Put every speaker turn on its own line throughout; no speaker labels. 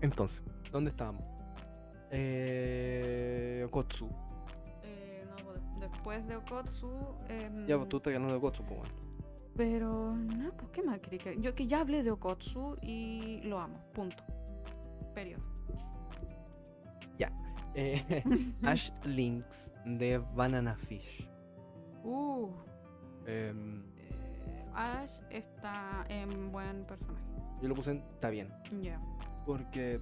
Entonces, ¿dónde estábamos? Eh, Okotsu.
Eh, no, pues, después de Okotsu. em,
Ya, pues tú estás ganando de Okotsu, pues bueno.
Pero, nada, pues qué más querí que- Yo que ya hablé de Okotsu y lo amo. Punto. Periodo.
Eh, Ash Links de Banana Fish.
Uh,
Em,
eh, Ash está en buen personaje.
yo lo puse en está bien.
Ya.
Porque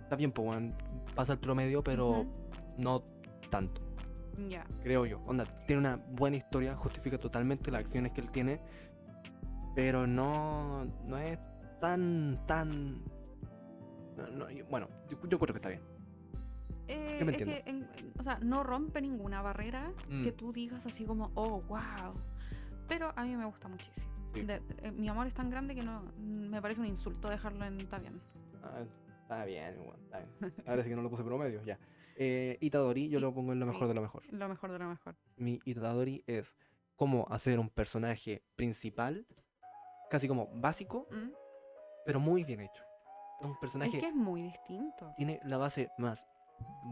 está bien, pues bueno, pasa el promedio, pero
Ujú.
no tanto,
Ya.
creo yo. Onda, tiene una buena historia, justifica totalmente las acciones que él tiene, pero no, no es tan, tan... no- no, yo- bueno, yo, yo creo que está bien.
Eh,
Yo me
es
entiendo.
que, en- o sea, no rompe ninguna barrera que
Mm.
tú digas así como, oh, wow. Pero a mí me gusta muchísimo.
Sí.
De- eh, mi amor es tan grande que no me parece un insulto dejarlo en está bien.
Ah, está bien, weón, está bien. Ahora sí que no lo puse promedio, ya. Eh, Itadori, yo lo pongo en lo mejor de lo mejor.
Lo mejor de lo mejor.
mi Itadori es cómo hacer un personaje principal, casi como básico,
¿Mm?
pero muy bien hecho. Es un personaje
Es que es muy distinto.
tiene la base más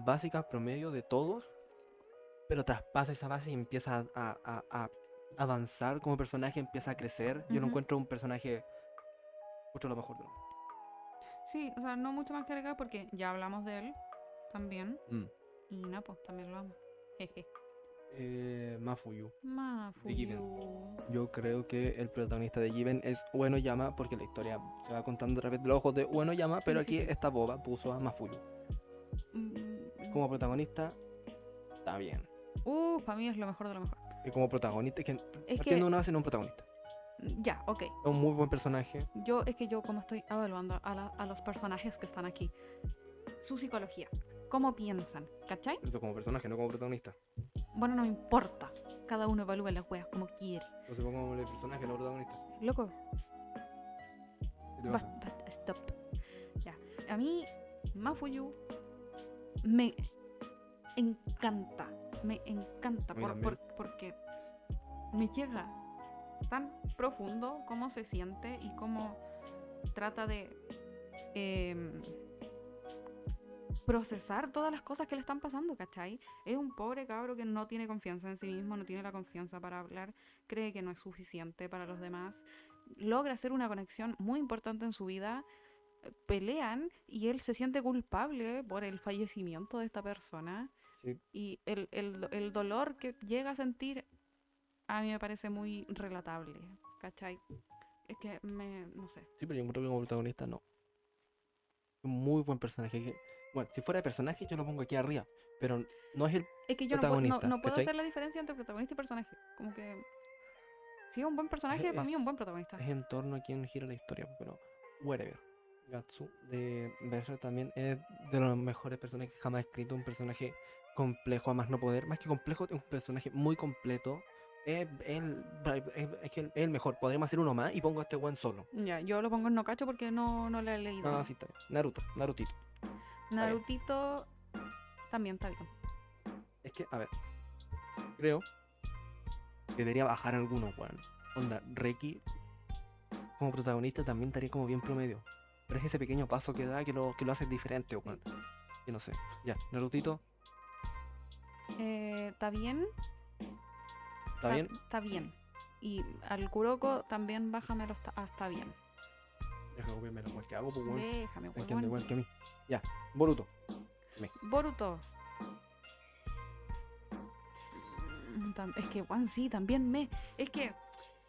básica, promedio de todos, pero traspasa esa base y empieza a, a- a- a avanzar como personaje, empieza a crecer. Yo lo
Ujú.
encuentro un personaje mucho lo mejor. de lo mejor.
Sí, o sea, no mucho más que agregar porque ya hablamos de él también.
Mm.
Y no, pues también lo amo. Jeje.
Eh, Mafuyu.
Mafu.
The Given. Yo creo que el protagonista de Given es Ueno Yama, porque la historia se va contando a través de los ojos de Ueno Yama,
Sí,
pero
sí,
aquí
sí.
esta boba puso a Mafuyu.
Mm,
Como protagonista, está bien.
Uh, para mí es lo mejor de lo mejor.
Y como protagonista, es que
Es
partiendo
que, mm,
de una base no es un protagonista.
ya, ok.
Es un muy buen personaje.
Yo, es que yo como estoy evaluando a, la- a los personajes que están aquí, su psicología, cómo piensan, ¿cachai?
Pero como personaje, no como protagonista.
Bueno, no me importa. Cada uno evalúa las weas como quiere.
No se ponga como el personaje, no protagonista.
Loco,
¿Qué te
bas-
pasa?
basta, stop. Ya. A mí, Mafuyu me encanta. Me encanta
A mí
por-
también.
por- porque me llega tan profundo cómo se siente y cómo trata de em, procesar todas las cosas que le están pasando, ¿cachai? Es un pobre cabro que no tiene confianza en sí mismo, no tiene la confianza para hablar, cree que no es suficiente para los demás, logra hacer una conexión muy importante en su vida, eh, pelean y él se siente culpable por el fallecimiento de esta persona
Sí.
y el, el do- el dolor que llega a sentir a mí me parece muy relatable, ¿cachai? Es que me, no sé.
Sí, pero yo encuentro que como protagonista no. Un muy buen personaje. que- Bueno, si fuera de personaje, yo lo pongo aquí arriba. Pero no es el.
Es que yo no, puedo- no-
Protagonista,
no puedo
¿cachai?
hacer la diferencia entre protagonista y personaje. Como que. Si es un buen personaje, para mí es un buen protagonista.
Es en torno a quien gira la historia, pero. Whatever. Gatsu de Berserk también es de los mejores personajes que jamás he escrito. Un personaje complejo a más no poder. Más que complejo, es un personaje muy completo. Es, el- es- es que es el mejor. Podríamos hacer uno más y pongo a este one solo.
Ya, yo lo pongo en no cacho porque no, no la he leído.
Ah, sí, está bien. Naruto, Narutito.
Narutito también está bien.
Es que, a ver. Creo que debería bajar alguno, weón. Onda, Reiki como protagonista también estaría como bien promedio. Pero es ese pequeño paso que da que lo, que lo hace diferente, weón. Yo no sé. Ya, Narutito,
Eh, Está bien.
¿está bien?
Está bien. Y al Kuroko también bájamelo hasta, hasta bien.
Deja copiarme la weón que hago, pues weón.
Déjame,
Es que anda
huevón.
igual que a mí. Ya, Boruto.
Boruto. Mm, tam- Es que Juan sí, también me. Es que.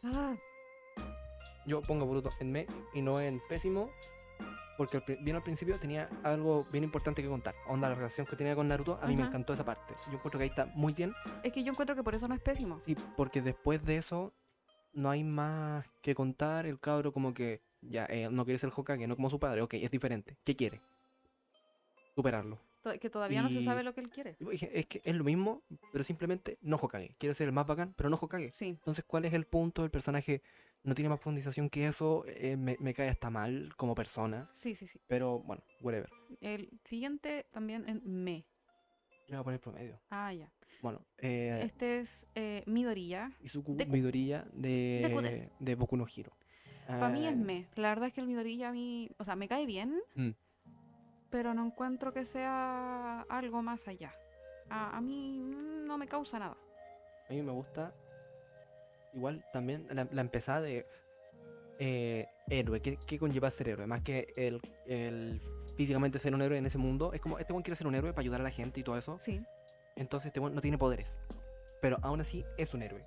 Ah,
Yo pongo a Boruto en me y no en pésimo. Porque al pri- bien al principio tenía algo bien importante que contar. Onda, la relación que tenía con Naruto, a mí me
Ajá.
encantó esa parte. Yo encuentro que ahí está muy bien.
es que yo encuentro que por eso no es pésimo.
Sí, porque después de eso no hay más que contar. El cabro como que ya eh, no quiere ser Hokage, no como su padre. Ok, es diferente. ¿Qué quiere? Superarlo.
To- que todavía no se
Y-
sabe lo que él quiere.
Y pues, dije, Es que es lo mismo, pero simplemente no Hokage. Quiere ser el más bacán, pero no Hokage.
Sí.
Entonces, ¿cuál es el punto? El personaje no tiene más profundización que eso. eh, me, me cae hasta mal como persona.
Sí, sí, sí.
Pero bueno, whatever.
El siguiente también en me.
Le voy a poner promedio.
Ah, ya.
Bueno, eh,
Este es eh, Midoriya.
Izuku
Deku-
Midoriya
Deku
de,
des.
de Boku no Hiro.
Para mí es
Ah,
me. La verdad es que el Midoriya a mí. O sea, me cae bien.
Mm.
pero no encuentro que sea algo más allá. A, a mí mm, no me causa nada.
A mí me gusta. Igual también la, la empezada de eh, héroe. ¿Qué, qué conlleva ser héroe? Más que el, el físicamente ser un héroe en ese mundo. Es como este weón quiere ser un héroe para ayudar a la gente y todo eso.
Sí,
Entonces este weón no tiene poderes. Pero aún así es un héroe.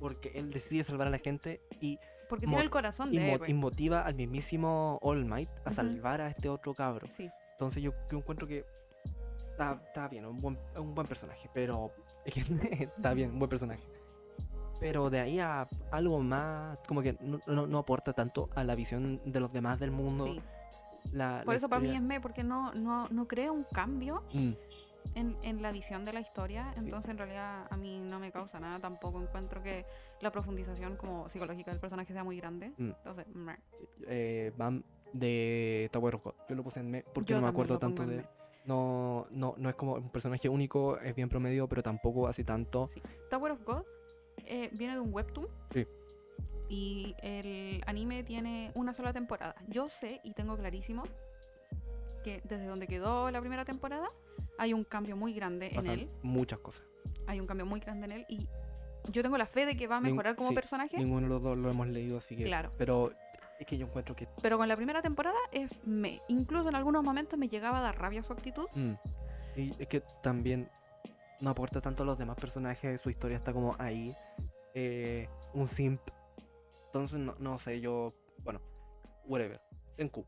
Porque él decide salvar a la gente y,
porque
Mo-
tiene el corazón
y
de
mo-
héroe.
y motiva al mismísimo All Might a
Ujú.
salvar a este otro cabro.
Sí,
Entonces yo, yo encuentro que está, está bien, un buen, es un buen personaje, pero es que está bien, un buen personaje. Pero de ahí a algo más, como que no, no- no aporta tanto a la visión de los demás del mundo.
sí.
la-
Por
la
eso para mí es
historia.
me, porque no, no, no crea un cambio
Mm.
en, en la visión de la historia. Entonces, en realidad, a mí no me causa nada. Tampoco encuentro que la profundización como psicológica del personaje sea muy grande.
Mm.
Entonces, meh.
Eh, Bam de Tower of God. Yo lo puse en me porque
Yo
no me
también
acuerdo
lo pongo
tanto
en
de
me.
él. No, no, no es como un personaje único, es bien promedio, pero tampoco así tanto.
Sí. Tower of God eh, viene de un webtoon.
Sí.
Y el anime tiene una sola temporada. Yo sé y tengo clarísimo que desde donde quedó la primera temporada hay un cambio muy grande en
Pasan
él.
muchas cosas.
Hay un cambio muy grande en él y yo tengo la fe de que va a
Nin-
mejorar como
sí,
personaje,
Ninguno de los dos lo hemos leído, así que.
Claro.
Pero es que yo encuentro que.
pero con la primera temporada es me. Incluso en algunos momentos me llegaba a dar rabia su actitud.
Mm. Y es que también no aporta tanto a los demás personajes, su historia está como ahí. eh, un simp. Entonces, no, no sé, yo. Bueno, whatever. Senku.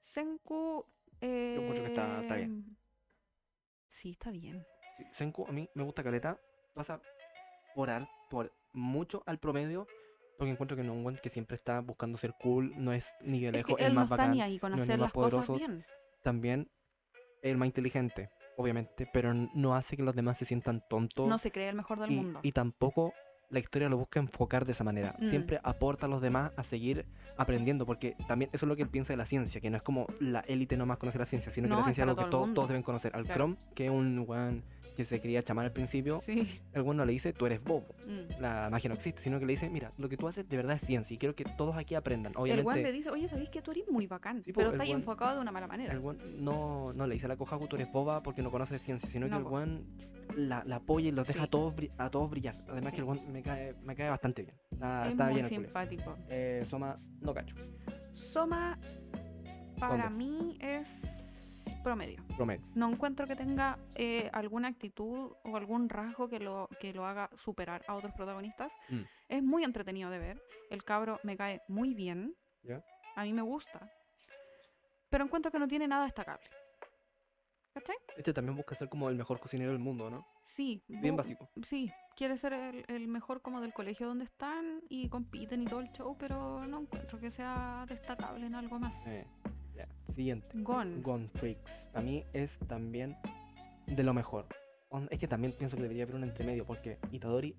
Senku...
encuentro que está- está bien.
em, Sí, está bien.
Sí, Senku a mí me gusta caleta. Pasa por, al- por mucho al promedio. Porque encuentro que no es un weón que siempre está buscando ser cool. No es ni de
Es que
lejos el
él no
más
está
bacán.
ni ahí con
no es ni
hacer
más
las cosas
poderoso,
bien.
También el más inteligente, obviamente. Pero n- no hace que los demás se sientan tontos.
No se cree el mejor del
y,
mundo.
y tampoco la historia lo busca enfocar de esa manera.
Mm.
Siempre aporta a los demás a seguir aprendiendo, porque también eso es lo que él piensa de la ciencia, que no es como la élite nomás conoce la ciencia, sino
No,
que la
es
ciencia es
para
algo que
todo el
todos-
mundo.
todos deben conocer. Al
Claro.
Chrome, que es un weón que se quería chamar al principio,
Sí.
el weón no le dice, tú eres bobo,
mm.
la magia no existe, sino que le dice, mira, lo que tú haces de verdad es ciencia y quiero que todos aquí aprendan.
El
Obviamente,
weón le dice, oye, ¿sabéis que tú eres muy bacán?
Sí, po,
pero
el
está ahí
weón-
enfocado de una mala
El
manera.
weón no, no le dice a la Kohaku, tú eres boba porque no conoces ciencia, sino
No,
que el
po.
weón la, la apoya y los deja a
Sí.
todos, bri- a todos brillar. Además que el
Sí.
weón me cae, me cae bastante bien. Está,
es
está
muy
bien el culiao.
simpático.
Eh, Soma, no cacho,
Soma, para
Hombre.
mí, es promedio.
promedio.
No encuentro que tenga eh, alguna actitud o algún rasgo que lo, que lo haga superar a otros protagonistas.
Mm.
Es muy entretenido de ver. El cabro me cae muy bien.
Ya.
A mí me gusta. Pero encuentro que no tiene nada destacable. ¿Cachai?
Este también busca ser como el mejor cocinero del mundo, ¿no?
Sí.
Bien
bu-
básico.
sí, quiere ser el, el mejor como del colegio donde están y compiten y todo el show, pero no encuentro que sea destacable en algo más.
Eh, ya. Siguiente.
Gon.
Gone Freaks. A mí es también de lo mejor. On- Es que también pienso que debería haber un entremedio porque Itadori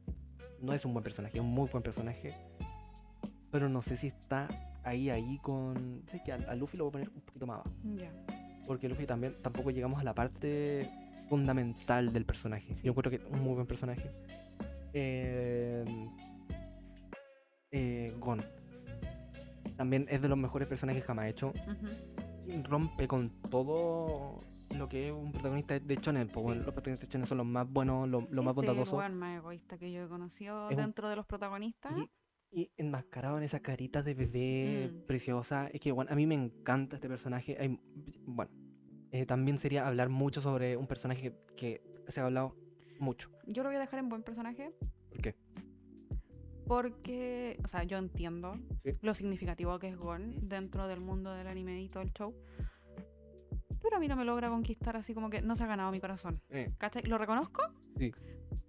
no es un buen personaje, es un muy buen personaje. Pero no sé si está ahí, ahí con... Sé que a, a Luffy lo voy a poner un poquito más abajo.
Ya.
Porque Luffy también tampoco llegamos a la parte fundamental del personaje. Yo encuentro que es un muy buen personaje. Eh, eh, Gon. También es de los mejores personajes jamás hecho
Ujú.
rompe con todo lo que es un protagonista de shonen. pues, bueno, los protagonistas de shonen son los más buenos, los, los más
Este es el
bondadosos.
weón más egoísta que yo he conocido
Es un-
dentro de los protagonistas.
Y, y enmascarado en esa carita de bebé
Mm.
preciosa. Es que, bueno, a mí me encanta este personaje. Hay- bueno, eh, también sería hablar mucho sobre un personaje que se ha hablado mucho.
Yo lo voy a dejar en buen personaje
¿Por qué?
porque, o sea, yo entiendo
Sí.
lo significativo que es
Mm.
Gon dentro del mundo del anime y todo el show. Pero a mí no me logra conquistar así como que no se ha ganado mi corazón.
Eh,
¿Cachai? Lo reconozco,
Sí.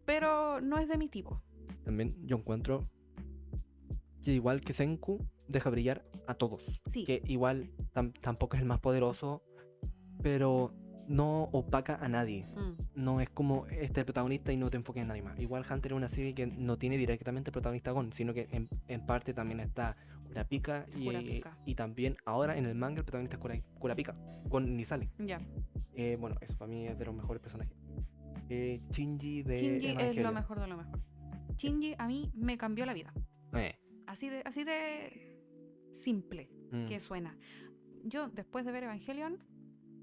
pero no es de mi tipo.
también yo encuentro que igual que Senku deja brillar a todos.
Sí.
que igual tam- tampoco es el más poderoso, pero no opaca a nadie.
Mm.
No es como este el protagonista y no te enfoques en nadie más. Igual Hunter es una serie que no tiene directamente protagonista Gon, sino que en, en parte también está Kurapika y,
Kurapika.
y también ahora en el manga el protagonista es Kura- Kurapika. Gon ni sale.
Ya.
Eh, bueno, eso para mí es de los mejores personajes. Eh, Shinji de
Shinji es lo
Evangelion.
mejor de lo mejor. Shinji a mí me cambió la vida.
Eh,
Así de, así de simple
mm,
que suena. Yo, después de ver Evangelion,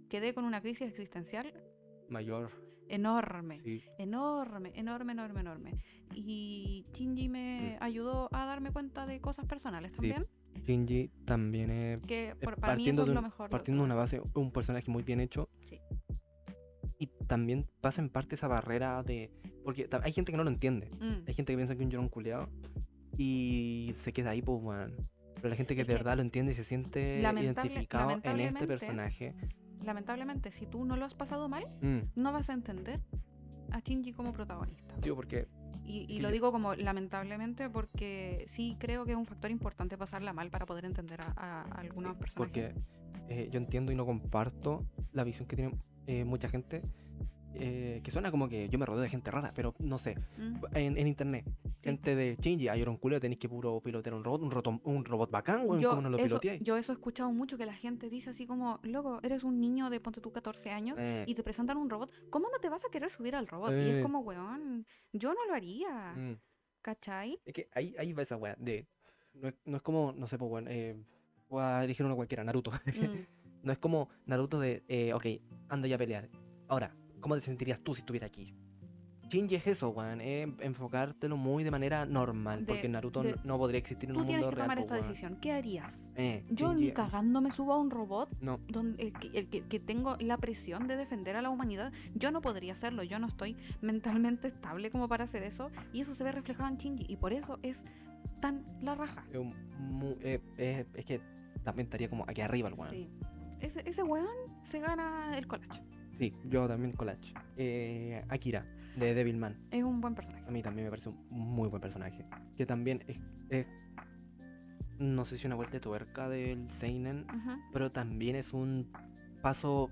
quedé con una crisis existencial
Mayor,
enorme,
sí.
enorme, enorme, enorme, enorme. Y Shinji me ayudó a darme cuenta de cosas personales
Mm. Sí.
también,
Shinji también es
que
Eh,
por- para mí eso es
de
lo
un-
mejor. de-
Partiendo de una base, un personaje muy bien hecho.
Sí.
Y también pasa en parte esa barrera de. Porque ta- hay gente que no lo entiende.
Mm.
Hay gente que piensa que un llorón culeado y se queda ahí, pues, weón. Pero la gente que
Es
de
que
verdad lo entiende y se siente
lamentable-
identificado en este
lamentablemente,
personaje.
Lamentablemente, si tú no lo has pasado mal,
Mm,
no vas a entender a Shinji como protagonista.
tío, porque.
Y, y
que
lo
yo-
digo como lamentablemente porque sí creo que es un factor importante pasarla mal para poder entender a, a- a algunos
Porque
personajes.
eh, yo entiendo y no comparto la visión que tiene eh, mucha gente. eh, que suena como que yo me rodeo de gente rara, pero no sé.
Mm.
en, en internet. Gente de Shinji, hay un culo, tenéis que puro pilotear un robot, un, rotom- un robot bacán, weón,
Yo,
¿cómo no lo
eso,
piloteáis?
yo eso he escuchado mucho que la gente dice así como, loco, eres un niño de ponte tú 14 años
Eh,
y te presentan un robot, ¿cómo no te vas a querer subir al robot? Y
Eh.
es como, weón, yo no lo haría,
mm.
¿cachai?
Es que ahí, ahí va esa weá de. No es, no es como, no sé, pues, weón, eh, voy a elegir uno cualquiera, Naruto.
Mm,
no es como Naruto de, eh, ok, anda ya a pelear. Ahora, ¿cómo te sentirías tú si estuviera aquí? Shinji es eso, weón, es em, enfocártelo muy de manera normal,
De-
porque Naruto
de-
no- no podría existir en
Tú
un
tienes
mundo
que
real.
tomar
pues,
esta
weón.
decisión, ¿qué harías?
Eh,
Yo
Shinji-
ni cagando me subo a un robot
No,
donde el que, el que- que tengo la presión de defender a la humanidad, yo no podría hacerlo, yo no estoy mentalmente estable como para hacer eso, y eso se ve reflejado en Shinji, y por eso es tan la raja.
es, un mu- eh, eh, es que también estaría como aquí arriba el weón.
Sí. Ese, ese weón se gana el collage.
Sí, yo también collage. Eh, Akira, de Devilman.
Es un buen personaje.
A mí también me parece un muy buen personaje. Que también es. es- no sé si una vuelta de tuerca del Seinen,
Ajá.
pero también es un paso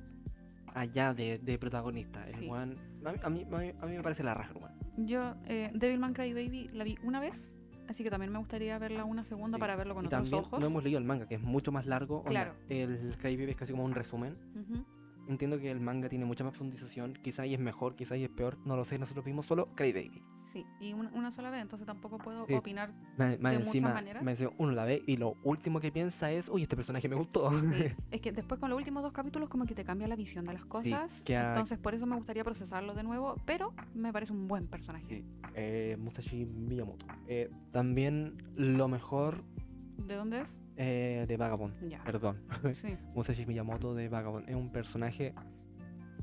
allá de, de protagonista. El
Sí.
weón- A mí, a, mí, a mí- a mí me parece la raja, el weón.
Yo, eh, Devilman Crybaby la vi una vez, así que también me gustaría verla una segunda
Sí.
para verlo con
Y
otros
también
ojos.
no hemos leído el manga, que es mucho más largo. onda,
Claro.
El Crybaby es casi como un resumen.
Ujú.
Entiendo que el manga tiene mucha más profundización. Quizá y es mejor, quizá y es peor. No lo sé, nosotros vimos solo Crybaby.
Sí, y un- una sola vez, entonces tampoco puedo
Sí.
opinar.
Más, más
de muchas
encima,
maneras.
más encima, uno la ve y lo último que piensa es, uy, este personaje me gustó.
Sí, Es que después con los últimos dos capítulos como que te cambia la visión de las cosas.
que a-
Entonces por eso me gustaría procesarlo de nuevo, pero me parece un buen personaje.
Sí. Eh, Musashi Miyamoto. Eh, también lo mejor
¿De dónde es?
eh, de Vagabond.
Ya.
Perdón.
Sí.
Musashi Miyamoto de Vagabond. Es un personaje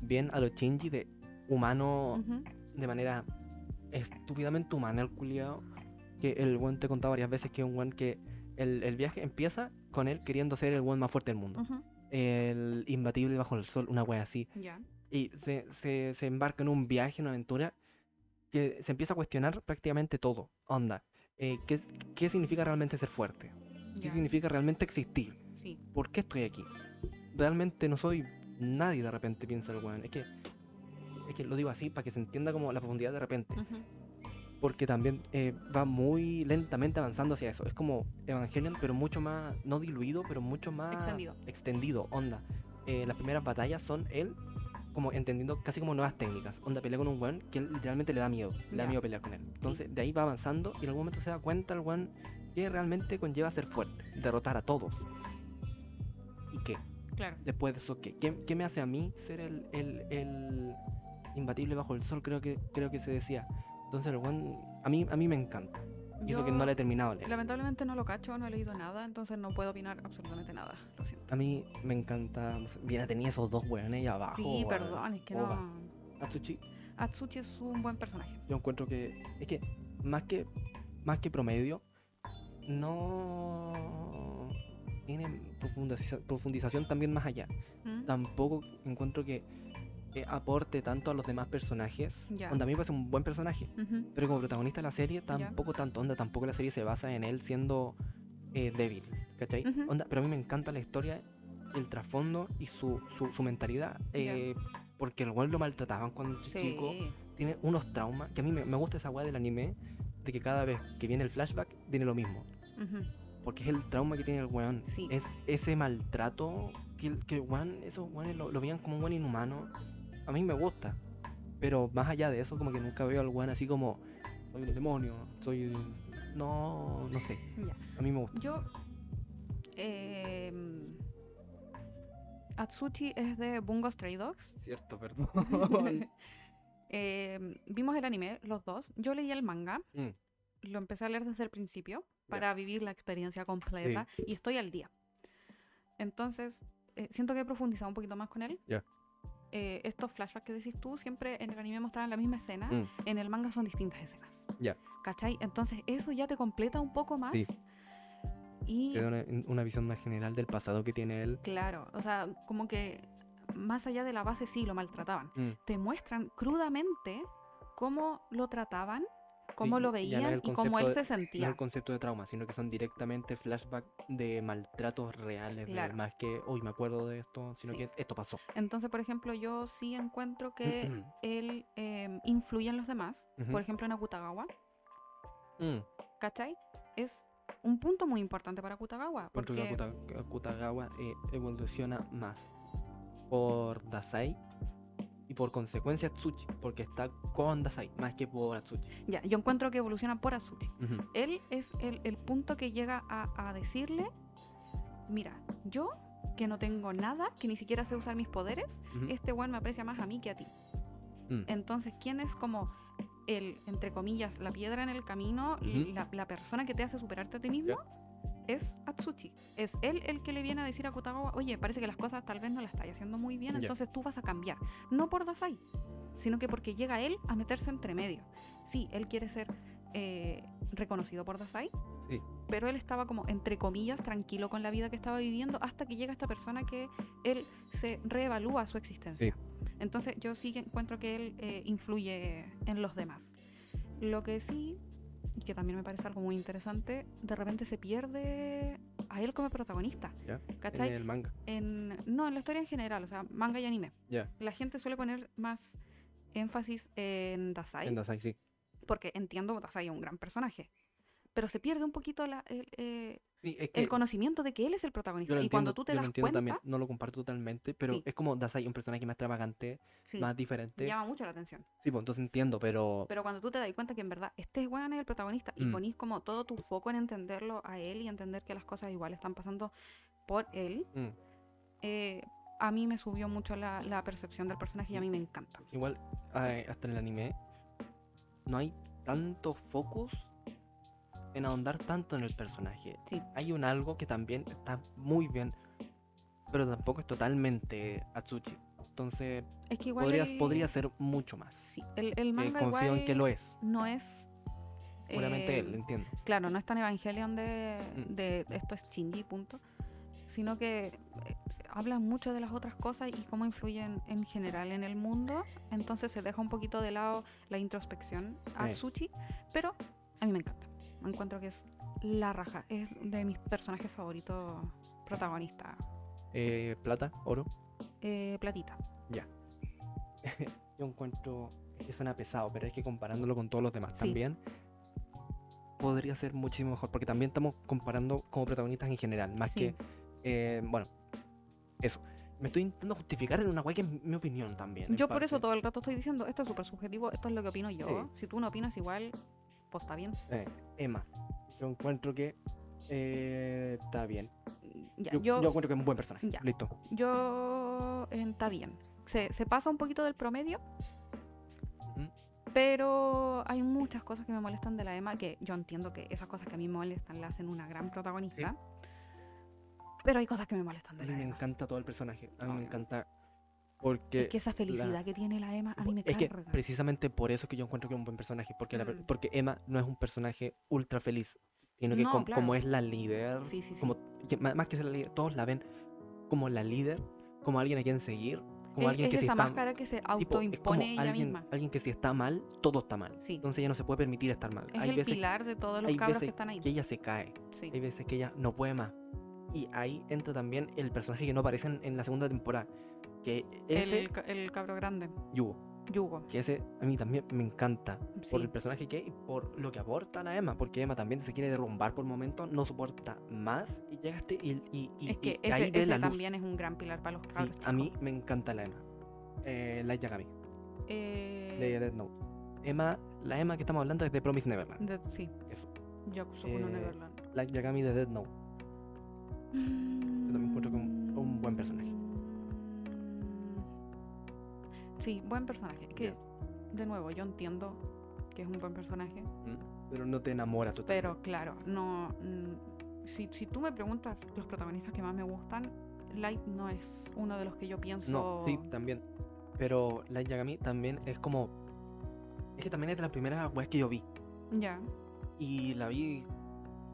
bien a lo Shinji de humano,
Ujú.
de manera estúpidamente humana el culiao. Que el buen te contaba varias veces que es un buen que el, el viaje empieza con él queriendo ser el buen más fuerte del mundo.
Ujú.
El imbatible bajo el sol, una wea así.
Ya.
y se, se, se embarca en un viaje, en una aventura, que se empieza a cuestionar prácticamente todo. Onda, eh, ¿qué, es- ¿qué significa realmente ser fuerte? ¿Qué
ya.
significa realmente existir?
Sí.
¿Por qué estoy aquí? Realmente no soy nadie, de repente piensa el weón. Es que, es que lo digo así para que se entienda como la profundidad de repente.
Ujú.
Porque también eh, va muy lentamente avanzando hacia eso. Es como Evangelion, pero mucho más, no diluido, pero mucho más
Extendido.
extendido, onda. Eh, las primeras batallas son él como entendiendo casi como nuevas técnicas. Onda pelea con un weón que él literalmente le da miedo. Le da
Ya.
miedo pelear con él. Entonces de ahí va avanzando y en algún momento se da cuenta el weón que realmente conlleva ser fuerte, derrotar a todos. ¿Y qué?
Claro.
después de eso, ¿qué, qué, qué me hace a mí ser el, el- el imbatible bajo el sol? Creo que, creo que se decía. Entonces, el weón, a mí, a mí me encanta. Y eso que no
Yo
le he terminado de leer.
Lamentablemente no lo cacho, no he leído nada, entonces no puedo opinar absolutamente nada. Lo siento.
A mí me encanta. no sé, Bien, tenía esos dos weones ahí abajo.
Sí,
weón.
perdón, es que
Oba.
no.
Atsushi,
Atsuchi es un buen personaje.
yo encuentro que. Es que más que, más que promedio, no. Tiene profundización, profundización también más allá.
¿Mm?
tampoco encuentro que eh, aporte tanto a los demás personajes.
Ya.
Onda, a mí me parece un buen personaje,
Ujú.
pero como protagonista de la serie tampoco tanto. Onda, tampoco la serie se basa en él siendo eh, débil, ¿cachai?
Ujú.
Onda, pero a mí me encanta la historia, el trasfondo y su, su, su mentalidad.
Ya.
eh, porque el weón lo maltrataban cuando
Sí.
chico. Tiene unos traumas, que a mí me, me gusta esa weá del anime, de que cada vez que viene el flashback, tiene lo mismo.
Ujú.
Porque es el trauma que tiene el weón.
Sí.
Es ese maltrato que, el- que el weón, esos weones lo, lo veían como un weón inhumano. A mí me gusta. Pero más allá de eso, como que nunca veo al weón así como, soy un demonio, soy... un-". No, no sé.
Ya.
A mí me gusta.
Yo. em, Atsuchi es de Bungo Stray Dogs.
Cierto,
Ah,
perdón.
Eh, vimos el anime, los dos. Yo leí el manga.
Mm.
Lo empecé a leer desde el principio para vivir la experiencia completa y estoy al día. Entonces, eh, siento que he profundizado un poquito más con él.
Ya.
Eh, estos flashbacks que decís tú, siempre en el anime mostraban la misma escena,
Mm.
en el manga son distintas escenas.
Ya.
¿Cachai? Entonces, eso ya te completa un poco más.
Sí.
Y
Te da una, una visión más general del pasado que tiene él.
Claro, o sea, como que más allá de la base sí lo maltrataban.
Mm.
Te muestran crudamente cómo lo trataban, cómo
Sí, ya
lo
no
veían
era el
y cómo él
concepto
se
No
sentía.
el concepto de trauma, sino que son directamente flashbacks de maltratos reales, de-
Claro.
más que, hoy me acuerdo de esto, sino
Sí.
que es, esto pasó.
Entonces, por ejemplo, yo sí encuentro que él eh, influye en los demás.
Ujú.
Por ejemplo, en Akutagawa,
Mm,
¿cachai? Es un punto muy importante para Akutagawa.
Porque
Porque,
Akuta- Akutagawa eh, evoluciona más por Dasai y por consecuencia Atsuchi, porque está con Dasai, más que por Atsuchi.
ya, yo encuentro que evoluciona por Azuchi.
Ujú.
él es el, el punto que llega a, a decirle, mira, yo que no tengo nada, que ni siquiera sé usar mis poderes,
Ujú.
este weón me aprecia más a mí que a ti.
Mm.
Entonces, ¿quién es como el, entre comillas, la piedra en el camino, l-
Ujú.
la, la persona que te hace superarte a ti mismo? Es Atsuchi. Es él el que le viene a decir a Kutagawa, oye, parece que las cosas tal vez no las estás haciendo muy bien,
Ya.
entonces tú vas a cambiar. No por Dasai, sino que porque llega él a meterse entre medio. Sí, él quiere ser eh, reconocido por Dasai,
Sí.
pero él estaba como, entre comillas, tranquilo con la vida que estaba viviendo hasta que llega esta persona que él se reevalúa su existencia. Entonces yo sí que encuentro que él eh, influye en los demás. Lo que sí, y que también me parece algo muy interesante, de repente se pierde a él como protagonista.
Ya,
¿Cachai?
En el manga.
en, no, en la historia en general, o sea, manga y anime.
Ya.
La gente suele poner más énfasis en Dasai,
En Dasai, sí.
porque entiendo que Dasai es un gran personaje, pero se pierde un poquito la- el, eh,
Sí, es que
el conocimiento de que él es el protagonista.
yo lo
y cuando
entiendo,
tú te
yo lo
das
entiendo
cuenta,
también, no lo comparto totalmente, pero
Sí.
es como Dasai, un personaje más extravagante,
sí,
más diferente.
llama mucho la atención.
Sí, pues entonces entiendo, pero,
Pero cuando tú te das cuenta que en verdad este weón es el protagonista y
Mm.
ponís como todo tu foco en entenderlo a él y entender que las cosas igual están pasando por él,
Mm,
eh, a mí me subió mucho la, la percepción del personaje y a mí me encanta.
porque igual ay, hasta en el anime no hay tanto focus en ahondar tanto en el personaje.
Sí.
Hay un algo que también está muy bien, pero tampoco es totalmente Atsuchi. Entonces
Es que igual.
podrías,
el-
podría ser mucho más.
Sí, el, el
Eh,
manga
confío en que
igual
lo es.
no es.
Puramente
eh,
él, entiendo.
Claro, no es tan Evangelion de,
Mm.
de esto es Shinji, punto. Sino que eh, hablan mucho de las otras cosas y cómo influyen en general en el mundo. Entonces se deja un poquito de lado la introspección a
Sí.
Atsuchi, pero a mí me encanta. Encuentro que es la raja, es de mis personajes favoritos protagonista.
Eh, plata, oro.
Eh, platita.
yo encuentro es que suena pesado, pero es que comparándolo con todos los demás
Sí.
también podría ser muchísimo mejor, porque también estamos comparando como protagonistas en general, más
Sí.
que eh, bueno, eso. Me estoy intentando justificar en una guay que es mi opinión también. en
Yo por eso
parte.
todo el rato estoy diciendo, esto es súper subjetivo, esto es lo que opino yo. Si tú no opinas igual, pues está bien.
Eh, Emma, yo encuentro que eh, está bien.
Ya,
Yo,
yo,
yo encuentro que es un buen personaje.
Ya.
Listo.
yo, eh, está bien. Se, se pasa un poquito del promedio,
Ujú.
pero hay muchas cosas que me molestan de la Emma, que yo entiendo que esas cosas que a mí me molestan la hacen una gran protagonista. Pero hay cosas que me
A
molestan de
mí
la
me
Emma.
encanta todo el personaje. A mí me
Obvio.
encanta porque
Es que esa felicidad
la-
que tiene la Emma a mí me
Es que
carga.
precisamente por eso es que yo encuentro que es un buen personaje, porque, la per-
Mm.
porque Emma no es un personaje ultra feliz, sino que
No,
com-
claro.
como es la líder,
Sí, sí, sí.
como, que ma- más que ser la líder, todos la ven como la líder, como alguien a quien seguir, como
es,
alguien
es
que si
esa
está
máscara que se
tipo, es como
autoimpone ella
alguien,
misma.
alguien que si está mal, todo está mal.
Sí.
Entonces ella no se puede permitir estar mal.
Es
hay
el
veces
pilar de todos los
hay
cabros que
veces
están ahí.
que ella se cae,
Sí.
hay veces que ella no puede más. Y ahí entra también el personaje que no aparece en, en la segunda temporada, que ese
El, ca- el cabro grande,
Yugo,
Yugo.
que ese a mí también me encanta.
sí.
por el personaje que es y por lo que aporta la Emma, porque Emma también se quiere derrumbar por momentos, no soporta más y llegaste y, y, y-
es que
y ahí
ese,
ve
ese
la luz.
también es un gran pilar para los
Sí,
cabros.
a
chicos.
mí me encanta la Emma, eh, la Yagami
Eh,
de Dead Note. Emma, la Emma que estamos hablando es de Promise Neverland,
de- sí.
Eso.
Yakusokuno
Eh,
Neverland.
la Yagami de Dead Note.
Yo
también encuentro que un- un buen personaje.
Sí, buen personaje. Es que,
Ya.
de nuevo, yo entiendo que es un buen personaje,
Pero no te enamora totalmente.
pero claro, no. mm, Si, si tú me preguntas los protagonistas que más me gustan, Light no es uno de los que yo pienso.
No, sí, también. Pero Light Yagami también es como. Es que también es de las primeras weas que yo vi.
Ya,
Y la vi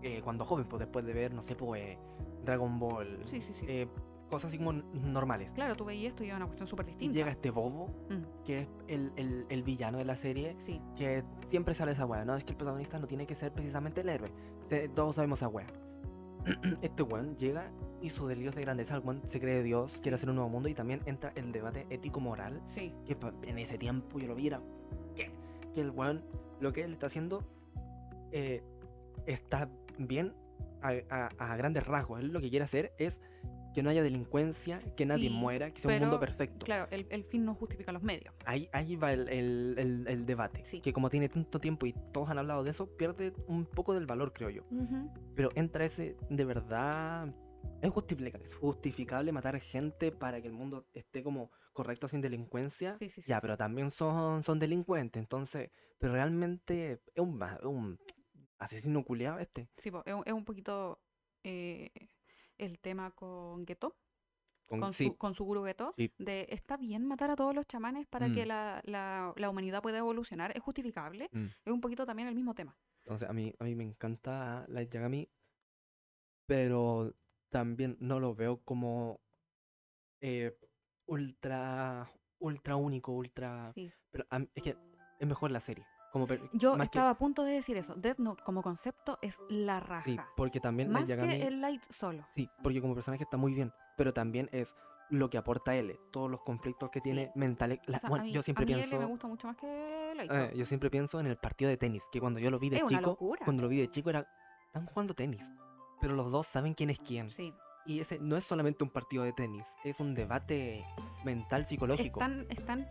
eh, cuando joven, pues después de ver, no sé, pues eh, Dragon Ball.
sí, sí, sí.
eh, cosas así como n- normales.
claro, tú veías esto y era una cuestión súper
Y
distinta.
llega este bobo,
Mm,
que es el, el- el villano de la serie,
sí,
que siempre sale esa wea, ¿no? Es que el protagonista no tiene que ser precisamente el héroe. Se- todos sabemos esa wea. Este weón llega y su delirio es de grandeza, el weón se cree Dios, quiere hacer un nuevo mundo y también entra el debate ético-moral,
sí,
que pa- en ese tiempo yo lo vi, era que, que el weón, lo que él está haciendo, eh, está bien a, a- a grandes rasgos. Él lo que quiere hacer es que no haya delincuencia, que nadie
Sí,
muera, que sea un mundo
pero,
perfecto.
Claro, el, el fin no justifica los medios.
Ahí, ahí va el, el- el- el debate.
Sí.
Que como tiene tanto tiempo y todos han hablado de eso, pierde un poco del valor, creo yo. Pero entra ese, de verdad, es justificable, es justificable matar gente para que el mundo esté como correcto sin delincuencia.
Sí, sí, sí,
ya,
sí.
pero también son, son delincuentes, entonces, pero realmente es un, ma- es un asesino culeado este.
Sí, po, es, un- es un poquito eh, el tema con Gueto,
Con,
con,
sí,
su, con su guru Gueto,
sí,
de está bien matar a todos los chamanes para que
Mm.
la, la- la humanidad pueda evolucionar, es justificable,
Mm.
es un poquito también el mismo tema.
Entonces, a mí, a mí me encanta Light Yagami, pero también no lo veo como eh, ultra, ultra único, ultra...
Sí.
Pero a mí- es que es mejor la serie. Como per-
Yo
más que-
estaba a punto de decir eso, Death Note como concepto es la raja,
sí, porque también Light
más
Yagami...
que el Light solo.
Sí, porque como personaje está muy bien, pero también es lo que aporta L, todos los conflictos que tiene mentales. la-
O sea,
bueno,
a mí,
yo siempre
a mí L
pienso...
me gusta mucho más que Light.
eh, yo siempre pienso en el partido de tenis, que cuando yo lo vi de
Es una
chico,
locura.
cuando lo vi de chico era, están jugando tenis, pero los dos saben quién es quién.
Sí,
Y ese no es solamente un partido de tenis, es un debate mental, psicológico.
están, están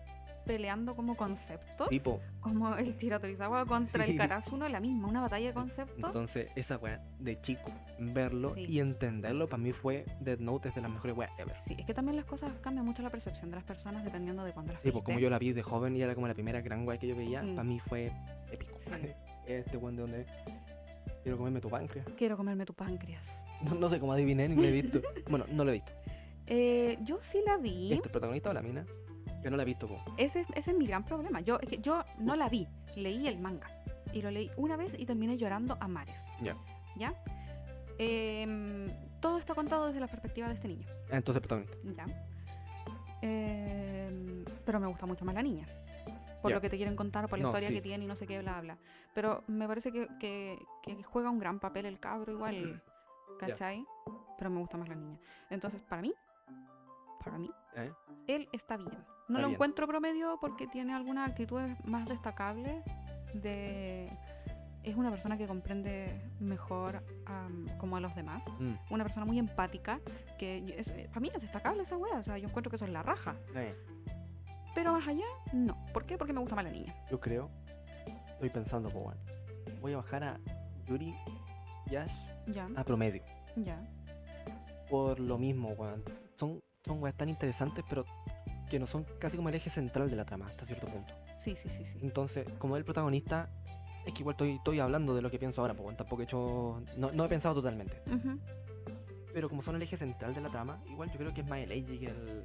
peleando como conceptos,
Tipo,
como el Tiratorizawa contra
Sí.
el Karasuno, la misma, una batalla de conceptos.
entonces esa weá de chico, verlo
Sí.
y entenderlo, para mí fue Dead Note es de las mejores weas ever.
Sí, es que también las cosas cambian mucho la percepción de las personas dependiendo de cuándo las
Sí, pues como
viste.
yo la vi de joven y era como la primera gran wea que yo veía,
Mm.
para mí fue épico.
Sí.
este weón de donde quiero comerme tu páncreas.
Quiero comerme tu páncreas.
No, no sé cómo adiviné ni lo he visto. bueno, no lo he visto.
Eh, yo sí la vi.
¿Este protagonista o la mina? Yo no la he visto, po.
Ese, es- ese es mi gran problema. Yo, es que yo no la vi. Leí el manga. Y lo leí una vez y terminé llorando a mares.
Ya.
¿Ya? Em, todo está contado desde la perspectiva de este niño.
Ah, Entonces protagonista.
¿Ya? Em, pero me gusta mucho más la niña. Por
Ya.
lo que te quieren contar, por la
No,
historia
sí.
que tiene y no sé qué, bla, bla. Pero me parece que, que- que juega un gran papel el cabro igual,
Ya.
¿cachai? Pero me gusta más la niña. Entonces, para mí, para mí,
¿Eh?
él está bien. No
Está
lo
bien.
encuentro promedio porque tiene algunas actitudes más destacables de... Es una persona que comprende mejor am, como a los demás
Mm,
una persona muy empática, que yo- es- eh, para mí es destacable esa wea, o sea, yo encuentro que eso es la raja.
eh.
Pero más allá, no. ¿Por qué? Porque me gusta más la niña.
Yo creo. Estoy pensando, po, weón. Voy a bajar a Yuri Yash
Ya,
a promedio.
ya.
Por lo mismo, weón. Son, son weas tan interesantes, pero que no son casi como el eje central de la trama hasta cierto punto.
Sí, sí, sí, sí.
Entonces, como es el protagonista, es que igual estoy, estoy hablando de lo que pienso ahora, po, weón. Tampoco he hecho. No, no he pensado totalmente.
Ujú.
Pero como son el eje central de la trama, igual yo creo que es más el Eiji que el.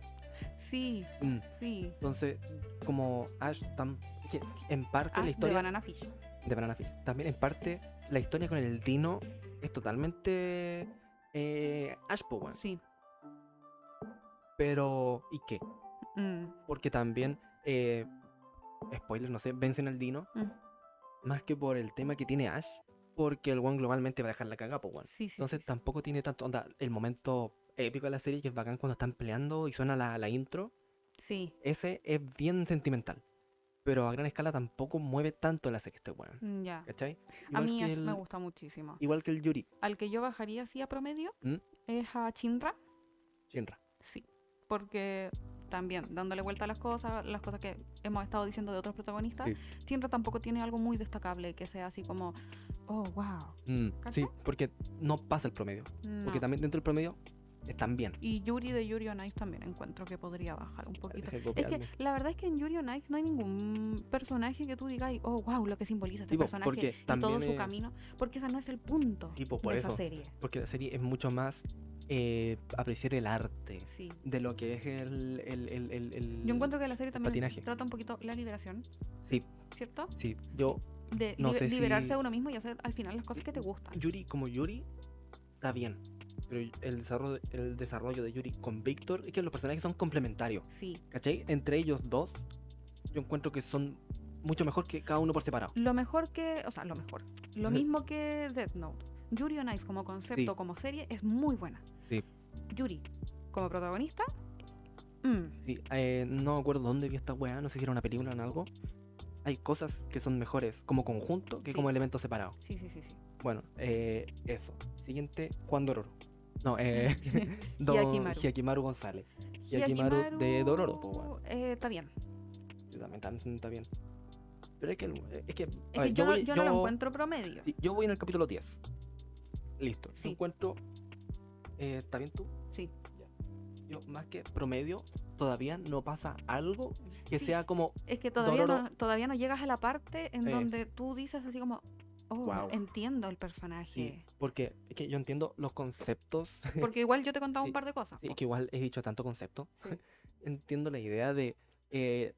Sí,
Mm.
sí.
Entonces, como Ash tam- que en parte la
Ash de
historia.
Banana Fish.
de Banana Fish. También en parte la historia con el Dino es totalmente eh, Ash po, weón.
pues. Sí.
Pero ¿y qué?
Mm,
Porque también eh, spoiler, no sé, vencen al Dino
mm.
más que por el tema que tiene Ash, porque el one globalmente va a dejar la caga, po, weón.
Sí, sí, sí,
Entonces
sí.
tampoco tiene tanto onda el momento épico de la serie que es bacán cuando están peleando y suena la, la intro,
Sí.
ese es bien sentimental. Pero a gran escala tampoco mueve tanto la serie este weón.
Mm, Ya.
¿Cachai?
A
Igual
mí
que
Ash me
el-
gusta muchísimo.
Igual que el Yuri,
Al que yo bajaría así a promedio
¿Mm?
es a Chinra.
Shinra.
Sí. Porque también, dándole vuelta a las cosas, las cosas que hemos estado diciendo de otros protagonistas,
Sí.
Chinra tampoco tiene algo muy destacable que sea así como, oh, wow.
Mm,
¿Cacha?
sí, porque no pasa el promedio. Porque
No.
también dentro del promedio están bien.
Y Yuri de Yuri on Ice también encuentro que podría bajar un poquito.
Deja de
Es
copiarme.
que la verdad es que en Yuri on Ice no hay ningún personaje que tú digas, oh, wow, lo que simboliza este
Tipo,
personaje
porque
y
también
todo su
es-
camino, porque ese no es el punto
Sí, pues, por
de esa
eso.
serie.
Porque la serie es mucho más eh, apreciar el arte
Sí.
de lo que es el. el, el, el- Mm, el-
Yo encuentro que la serie también
patinaje.
trata un poquito la liberación,
Sí,
¿cierto?
sí. Yo,
De
No
libe-
sé
liberarse
si-
a uno mismo y hacer al final las cosas que te gustan.
Yuri, como Yuri, está bien. Pero el desarrollo, el desarrollo de Yuri con Víctor es que los personajes son complementarios.
Sí.
¿Cachai? Entre ellos dos, yo encuentro que son mucho mejor que cada uno por separado.
Lo mejor que, o sea, lo mejor. Lo mismo que Death Note. Yuri on Ice como concepto,
Sí.
como serie, es muy buena.
Sí.
Yuri como protagonista, mm,
Sí, eh, no me acuerdo dónde vi esta weá, no sé si era una película o en algo. Hay cosas que son mejores como conjunto que
Sí.
como elemento separado.
sí, sí, sí, sí.
Bueno, eh, eso. Siguiente, Juan Dororo. No, eh, Don
Hyakimaru.
Hyakimaru González. Hyakimaru de
Hyakimaru,
Dororo, po, weón.
eh, Está bien.
Sí, También, también está bien. Pero es que, el- es que, a
Es
ver,
que yo, no-
voy-
yo no
yo-
lo encuentro promedio.
sí, yo voy en el capítulo 10. Listo. Yo
Sí.
encuentro. eh, ¿Está bien tú?
Sí.
Yo, más que promedio, todavía no pasa algo que
Sí.
sea como
Es que todavía no,
Dororo-
todavía no llegas a la parte en
Eh.
donde tú dices así como, oh,
Guau.
entiendo el
Sí,
personaje.
eh, porque es que yo entiendo los conceptos.
Porque igual yo te contaba
Sí,
un par de cosas.
Sí,
po.
es que igual he dicho tanto concepto.
Sí.
Entiendo la idea de eh,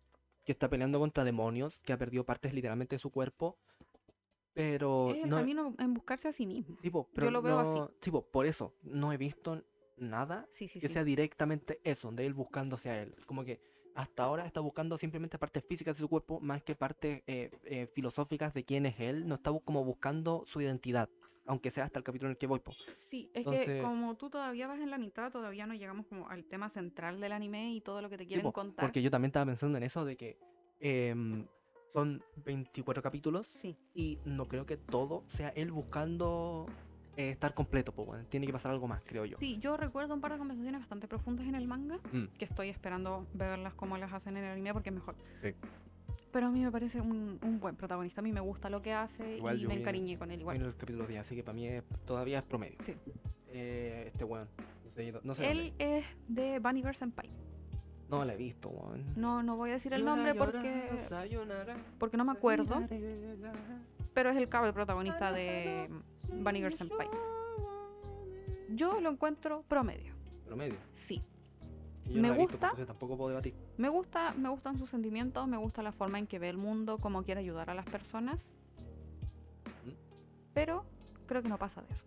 que está peleando contra demonios, que ha perdido partes literalmente de su cuerpo. Pero
Es el
no.
camino en buscarse Eh, a sí mismo.
sí, po, pero
lo veo así.
no- sí, po, por eso no he visto nada
Sí, sí,
que
sí.
sea directamente eso, de él buscándose a él. Como que hasta ahora está buscando simplemente partes físicas de su cuerpo más que partes eh, eh, filosóficas de quién es él. No está bu- como buscando su identidad, aunque sea hasta el capítulo en el que voy. po.
Sí, es que
Entonces-
como tú todavía vas en la mitad, todavía no llegamos como al tema central del anime y todo lo que te
Sí,
quieren
po,
contar.
Porque yo también estaba pensando en eso de que em, son 24 capítulos
Sí,
y no creo que todo sea él buscando eh, estar completo. Pues bueno, tiene que pasar algo más, creo yo.
sí, yo recuerdo un par de conversaciones bastante profundas en el manga,
Mm.
que estoy esperando verlas como las hacen en el anime porque es mejor.
Sí.
Pero a mí me parece un, un buen protagonista, a mí me gusta lo que hace
Igual
y
yo vi
me
en-
encariñé con él igual.
En el capítulo 10, así que para mí es- todavía es promedio.
Sí.
Eh, este weón. No sé, no sé
Él
dónde.
es de Bunny Girl Senpai.
No lo he visto, weón.
No, no voy a decir el
Llora,
nombre
llora,
porque,
sayonara,
porque no me acuerdo,
sayonara,
pero es el cabo, el protagonista de Bunny Girl Senpai. Yo lo encuentro promedio,
Promedio.
sí.
Y yo no la
Me
he visto,
gusta.
entonces tampoco puedo debatir.
Me gusta, me gustan sus sentimientos, me gusta la forma en que ve el mundo, cómo quiere ayudar a las personas.
Ujú.
Pero creo que no pasa de eso.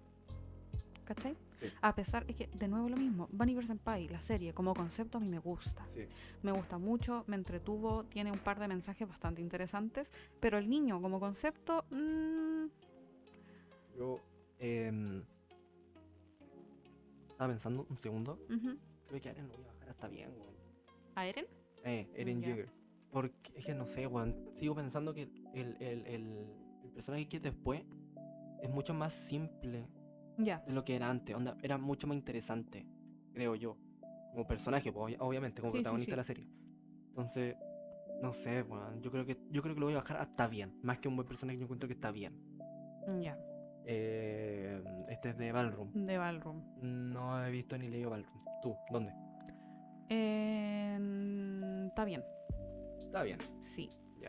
¿Cachai?
Sí.
A pesar, es que de nuevo lo mismo, Bunny Girl Senpai, la serie como concepto a mí me gusta.
Sí.
Me gusta mucho, me entretuvo, tiene un par de mensajes bastante interesantes, pero el niño como concepto, mm,
Yo em, estaba pensando un segundo.
ujú.
Creo que Eren lo voy a bajar hasta bien, weón.
¿a Eren?
Eh, Eren
Ya.
Yeager. Porque es que no sé, weón. Sigo pensando que el, el, el, el personaje que es después es mucho más simple
Ya,
de lo que era antes. Onda, era mucho más interesante, creo yo. Como personaje, pues, obvia- obviamente, como
Sí, sí,
protagonista
sí.
de la serie. Entonces, no sé, weón. Yo creo que, yo creo que lo voy a bajar hasta bien. Más que un buen personaje, yo encuentro que está bien.
ya,
Eh, este es de Ballroom.
de Ballroom.
No he visto ni leído Ballroom. ¿Tú? ¿Dónde?
En- Eh, Está bien.
Está bien.
Sí.
Ya.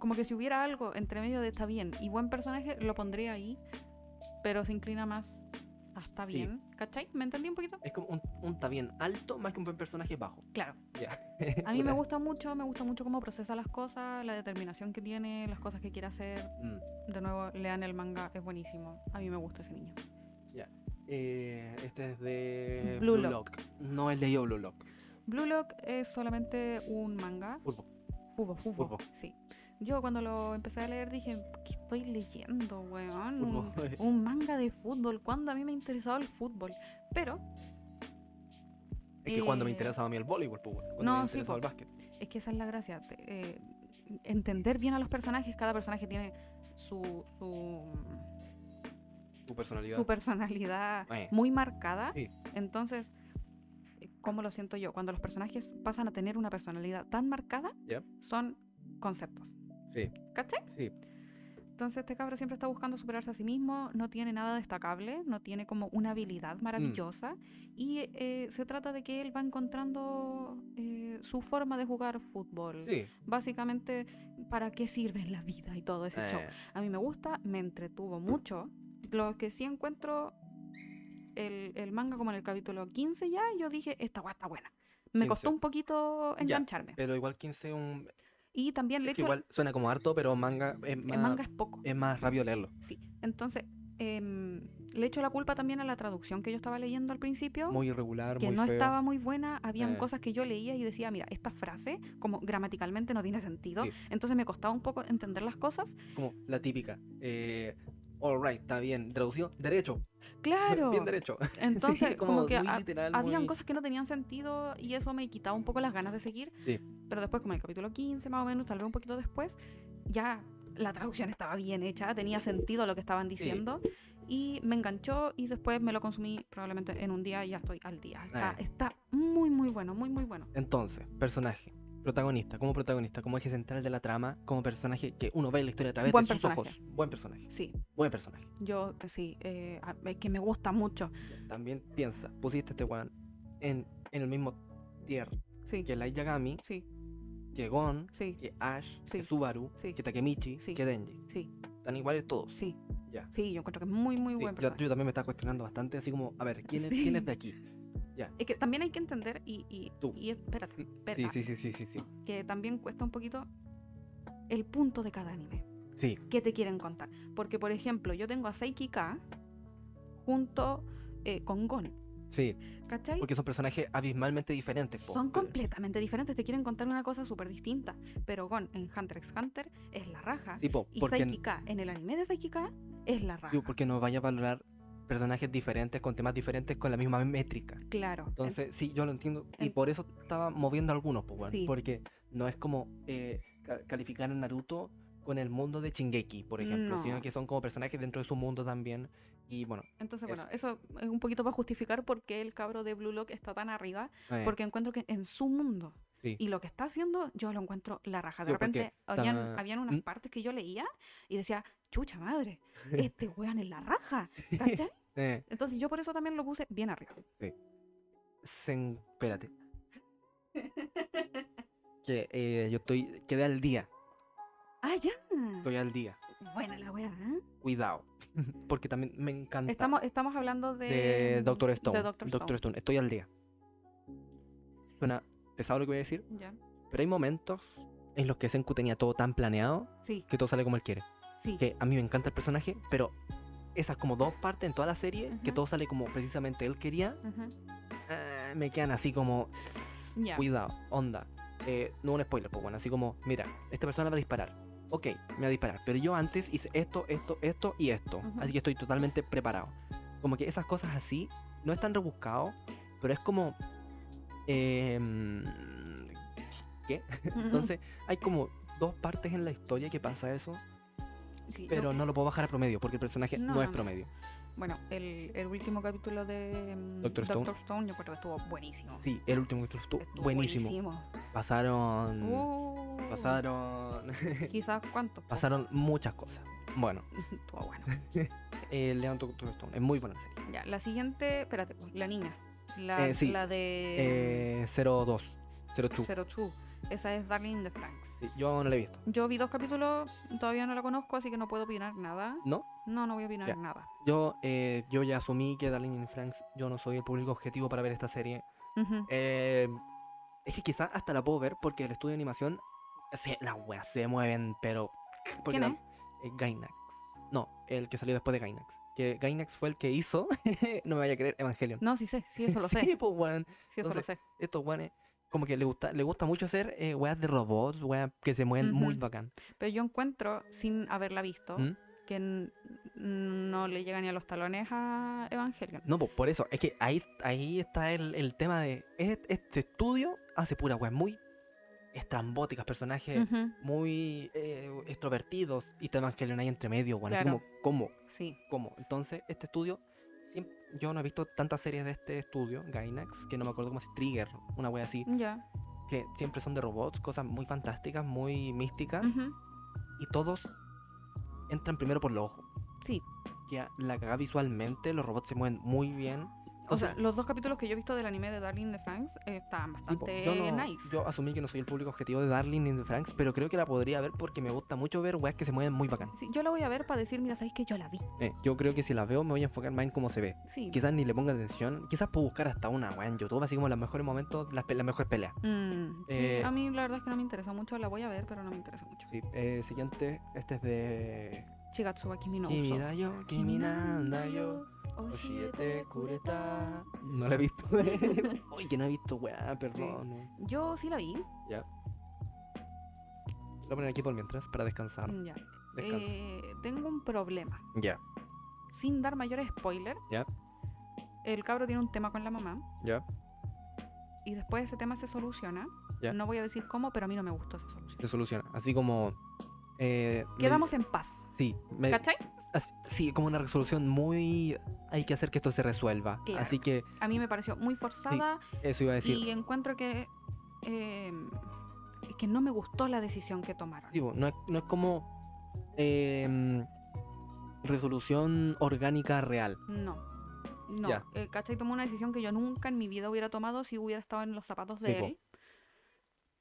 Como que si hubiera algo entre medio de está bien y buen personaje, lo pondría ahí, pero se inclina más a está
Sí.
bien. ¿Cachai? ¿Me entendí un poquito?
Es como un, un está bien alto más que un buen personaje bajo.
Claro.
Ya.
A mí me
Puta.
gusta mucho, me gusta mucho cómo procesa las cosas, la determinación que tiene, las cosas que quiere hacer.
Mm.
De nuevo, lean el manga, es buenísimo. A mí me gusta ese niño.
Eh, este es de
Blue
Blue,
Lock.
Lock. No he leído Blue Lock.
Blue Lock es solamente un manga.
Furbo.
Fubo, fubo.
Furbo.
Sí. Yo cuando lo empecé a leer dije, ¿qué estoy leyendo, weón? Un-
Furbo.
un manga de fútbol, cuando a mí me ha interesado el fútbol. Pero
es que cuando me
eh,
interesaba a mí el voleibol, pues, bueno, cuando
no,
me
sí,
interesaba
po.
el básquet.
es que esa es la gracia. te- eh, entender bien a los personajes, cada personaje tiene su, su,
Tu personalidad.
su personalidad
Eh.
muy marcada.
Sí.
Entonces, eh, ¿cómo lo siento yo? Cuando los personajes pasan a tener una personalidad tan marcada,
Ya.
son conceptos.
Sí.
¿Cachai?
Sí.
Entonces este cabro siempre está buscando superarse a sí mismo, no tiene nada destacable, no tiene como una habilidad
Mm.
maravillosa y eh, se trata de que él va encontrando eh, su forma de jugar fútbol.
Sí.
Básicamente, ¿para qué sirve en la vida y todo ese show?
Eh,
A mí me gusta, me entretuvo mucho. Lo que sí encuentro el, el manga como en el capítulo 15 ya, yo dije, esta guay está buena. Me
15.
costó un poquito
Ya.
engancharme.
pero igual 15 es un...
Y también el
es que
hecho,
igual ah. suena como harto, pero manga es
el
más,
manga es poco.
es más rápido leerlo.
Sí, entonces em, le echo la culpa también a la traducción que yo estaba leyendo al principio,
Muy irregular,
que
muy
no
feo.
estaba muy buena, habían
Eh.
cosas que yo leía y decía, mira, esta frase como gramaticalmente no tiene sentido,
Sí.
entonces me costaba un poco entender las cosas.
Como la típica. Eh, Alright, está bien. Traducido, derecho.
Claro,
Bien derecho. Sí,
entonces como, que
muy
a-
literal,
habían
muy-
cosas que no tenían sentido y eso me quitaba un poco las ganas de seguir,
Sí.
pero después como en el capítulo 15 más o menos, tal vez un poquito después, ya la traducción estaba bien hecha, tenía sentido lo que estaban diciendo y me enganchó y después me lo consumí probablemente en un día y ya estoy al día. Está,
Ah.
está muy, muy bueno, muy, muy bueno.
Entonces, personaje, protagonista, como protagonista, como eje central de la trama, como personaje que uno ve la historia a través
Buen
de sus
personaje.
ojos. Buen personaje,
Sí,
buen personaje.
yo eh, sí, eh, a- es que me gusta mucho.
También piensa, pusiste a este weón en, en el mismo tier
Sí,
que Light Yagami,
sí,
que Gon,
sí,
que Ash,
Sí.
que Subaru,
Sí.
que Takemichi,
Sí.
que Denji.
sí,
Están iguales todos.
sí,
Ya.
sí, yo encuentro que es muy, muy
Sí, yo,
buen personaje.
yo también me estaba cuestionando bastante, así como, a ver, ¿quién, es,
Sí.
¿quién es de aquí?
Es que también hay que entender y, y,
Tú.
y espérate,
Sí,
espérate,
sí, sí, sí, sí, sí.
que también cuesta un poquito el punto de cada anime.
Sí,
¿Qué te quieren contar? Porque, por ejemplo, yo tengo a Seiki K junto eh, con Gon,
sí,
¿cachai?
porque son personajes abismalmente diferentes. po.
Son completamente diferentes, te quieren contar una cosa súper distinta. Pero Gon en Hunter x Hunter es la raja.
Sí, po,
y
porque
Seiki K en el anime de Seiki K es la raja.
Digo, porque nos vaya a valorar personajes diferentes con temas diferentes con la misma métrica.
Claro. en-
Entonces, sí, yo lo entiendo. Y
en-
por eso estaba moviendo algunos, pues, weón,
Em Sí.
porque no es como eh, ca- calificar a Naruto con el mundo de Chingeki, por ejemplo,
No.
sino que son como personajes dentro de su mundo también. Y bueno,
entonces, bueno, eso es un poquito para justificar por qué el cabro de Blue Lock está tan arriba.
eh,
Porque encuentro que en su mundo
Sí.
y lo que está haciendo, yo lo encuentro la raja. De
Sí, porque
repente habían,
está-
habían unas
¿Mm?
partes que yo leía y decía, chucha madre, este weón es la raja. ¿cachai?
eh,
Entonces yo por eso también lo puse bien arriba.
sen- espérate. que eh, yo estoy, quedé al día,
Ah, ya.
estoy al día.
Buena la weá. ¿eh?
Cuidado, porque también me encanta.
Estamos, estamos hablando de,
Mm, de Doctor Stone.
De Doctor Stone.
Estoy al día. Suena pesado lo que voy a decir,
Ya.
pero hay momentos en los que Senku tenía todo tan planeado
Sí,
que todo sale como él quiere.
sí.
Que a mí me encanta el personaje, pero esas como dos partes en toda la serie, que
Ujú.
todo sale como precisamente él quería,
Ujú.
ah, me quedan así como,
Ya.
cuidado, onda. Eh, no un spoiler, pues bueno, así como, mira, esta persona va a disparar. Ok, me va a disparar, pero yo antes hice esto, esto, esto y esto.
Ujú.
Así que estoy totalmente preparado. Como que esas cosas así, no es tan rebuscado, pero es como... em, ¿Qué?
Ujú.
Entonces, hay como dos partes en la historia que pasa eso,
Sí, lo-
pero no lo puedo bajar a promedio, porque el personaje
No,
no,
no,
es
no.
promedio.
Bueno, el, el último capítulo de mm,
Doctor
Doctor
Stone.
Stone, yo creo que estuvo buenísimo.
Sí, el último que estuvo
Estuvo
buenísimo. Mm, Pasaron...
Uh,
Pasaron...
Quizás cuánto.
pasaron muchas cosas. Bueno,
Estuvo bueno.
eh, lean Doctor Stone, es muy buena la serie.
Ya, la siguiente, espérate, pues, la niña. La,
Eh, sí.
la de
Eh, 02, 02.
Zero Two. Esa es Darling in the Franks.
Sí, yo no la he visto.
Yo vi dos capítulos, todavía no la conozco, así que no puedo opinar nada.
¿No?
No, no voy a opinar
Ya.
nada.
Yo, eh, yo ya asumí que Darling in Franks, yo no soy el público objetivo para ver esta serie.
Ujú.
Eh, es que quizás hasta la puedo ver porque el estudio de animación, se- las weas se mueven, pero... porque
¿Quién
la-
es?
eh, Gainax. No, el que salió después de Gainax. Que Gainax fue el que hizo, no me vaya a creer, Evangelion.
No, sí sé, sí, eso lo sé.
Sí, pues, weón.
Sí, eso lo
entonces,
sé.
estos guanes como que le gusta, le gusta mucho hacer eh, weas de robots, weas que se mueven muy
Ujú.
bacán.
Pero yo encuentro, sin haberla visto,
¿Mm?
que n- no le llega ni a los talones a Evangelion.
No, pues por eso, es que ahí, ahí está el, el tema de es- este estudio hace pura weas muy estrambóticas, personajes
Ujú,
muy eh, extrovertidos y temas que ahí entre medio, weón. Así
Claro.
como, ¿cómo?
Sí.
¿Cómo? Entonces, este estudio, siem- yo no he visto tantas series de este estudio, Gainax, que no me acuerdo cómo se Trigger, una wea así,
Ya.
que ¿Ah? siempre son de robots, cosas muy fantásticas, muy místicas.
ujú,
y todos entran primero por los ojos.
Sí.
Ya la cagada visualmente, los robots se mueven muy bien.
O sea,
Entonces,
los dos capítulos que yo he visto del anime de Darling de Franks eh, están
tipo,
bastante
yo, no-
nice.
yo asumí que no soy el público objetivo de Darling ni de Franks, pero creo que la podría ver porque me gusta mucho ver weas que se mueven muy bacán.
Sí, yo la voy a ver para decir, mira, sabéis que yo la vi.
Eh, yo creo que si la veo me voy a enfocar más en cómo se ve.
Sí.
Quizás ni le ponga atención, quizás puedo buscar hasta una wea en YouTube, así como los mejores momentos, las, pe- las mejores peleas.
Mm, sí,
Eh,
a mí la verdad es que no me interesa mucho, la voy a ver, pero no me interesa mucho.
Sí, eh, siguiente, este es de
Shigatsu wa Kimi no Uso.
Kimi da yo, Kimi nanda yo, oshiete kureta. No la he visto. Uy, que no he visto, weá, perdón. eh.
Yo sí la vi.
Lo voy a poner aquí por mientras, para descansar.
mm, Ya.
Descansa.
Eh, tengo un problema.
Ya,
Sin dar mayores spoilers,
Ya.
el cabro tiene un tema con la mamá
ya.
y después ese tema se soluciona.
Ya.
No voy a decir cómo, pero a mí no me gustó esa
Se
solución.
soluciona. Así como. eh, me-
Quedamos en paz.
Sí, me-
¿Cachai?
así- sí, como una resolución muy. Hay que hacer que esto se resuelva.
Claro.
Así que
A mí me pareció muy forzada
eso iba a decir.
y encuentro que, eh, que no me gustó la decisión que tomaron.
Sí, bo, no, es, no es como. em, resolución orgánica real.
No. No.
Ya.
Eh, ¿Cachai? Tomó una decisión que yo nunca en mi vida hubiera tomado si hubiera estado en los zapatos de
Sí, po.
él.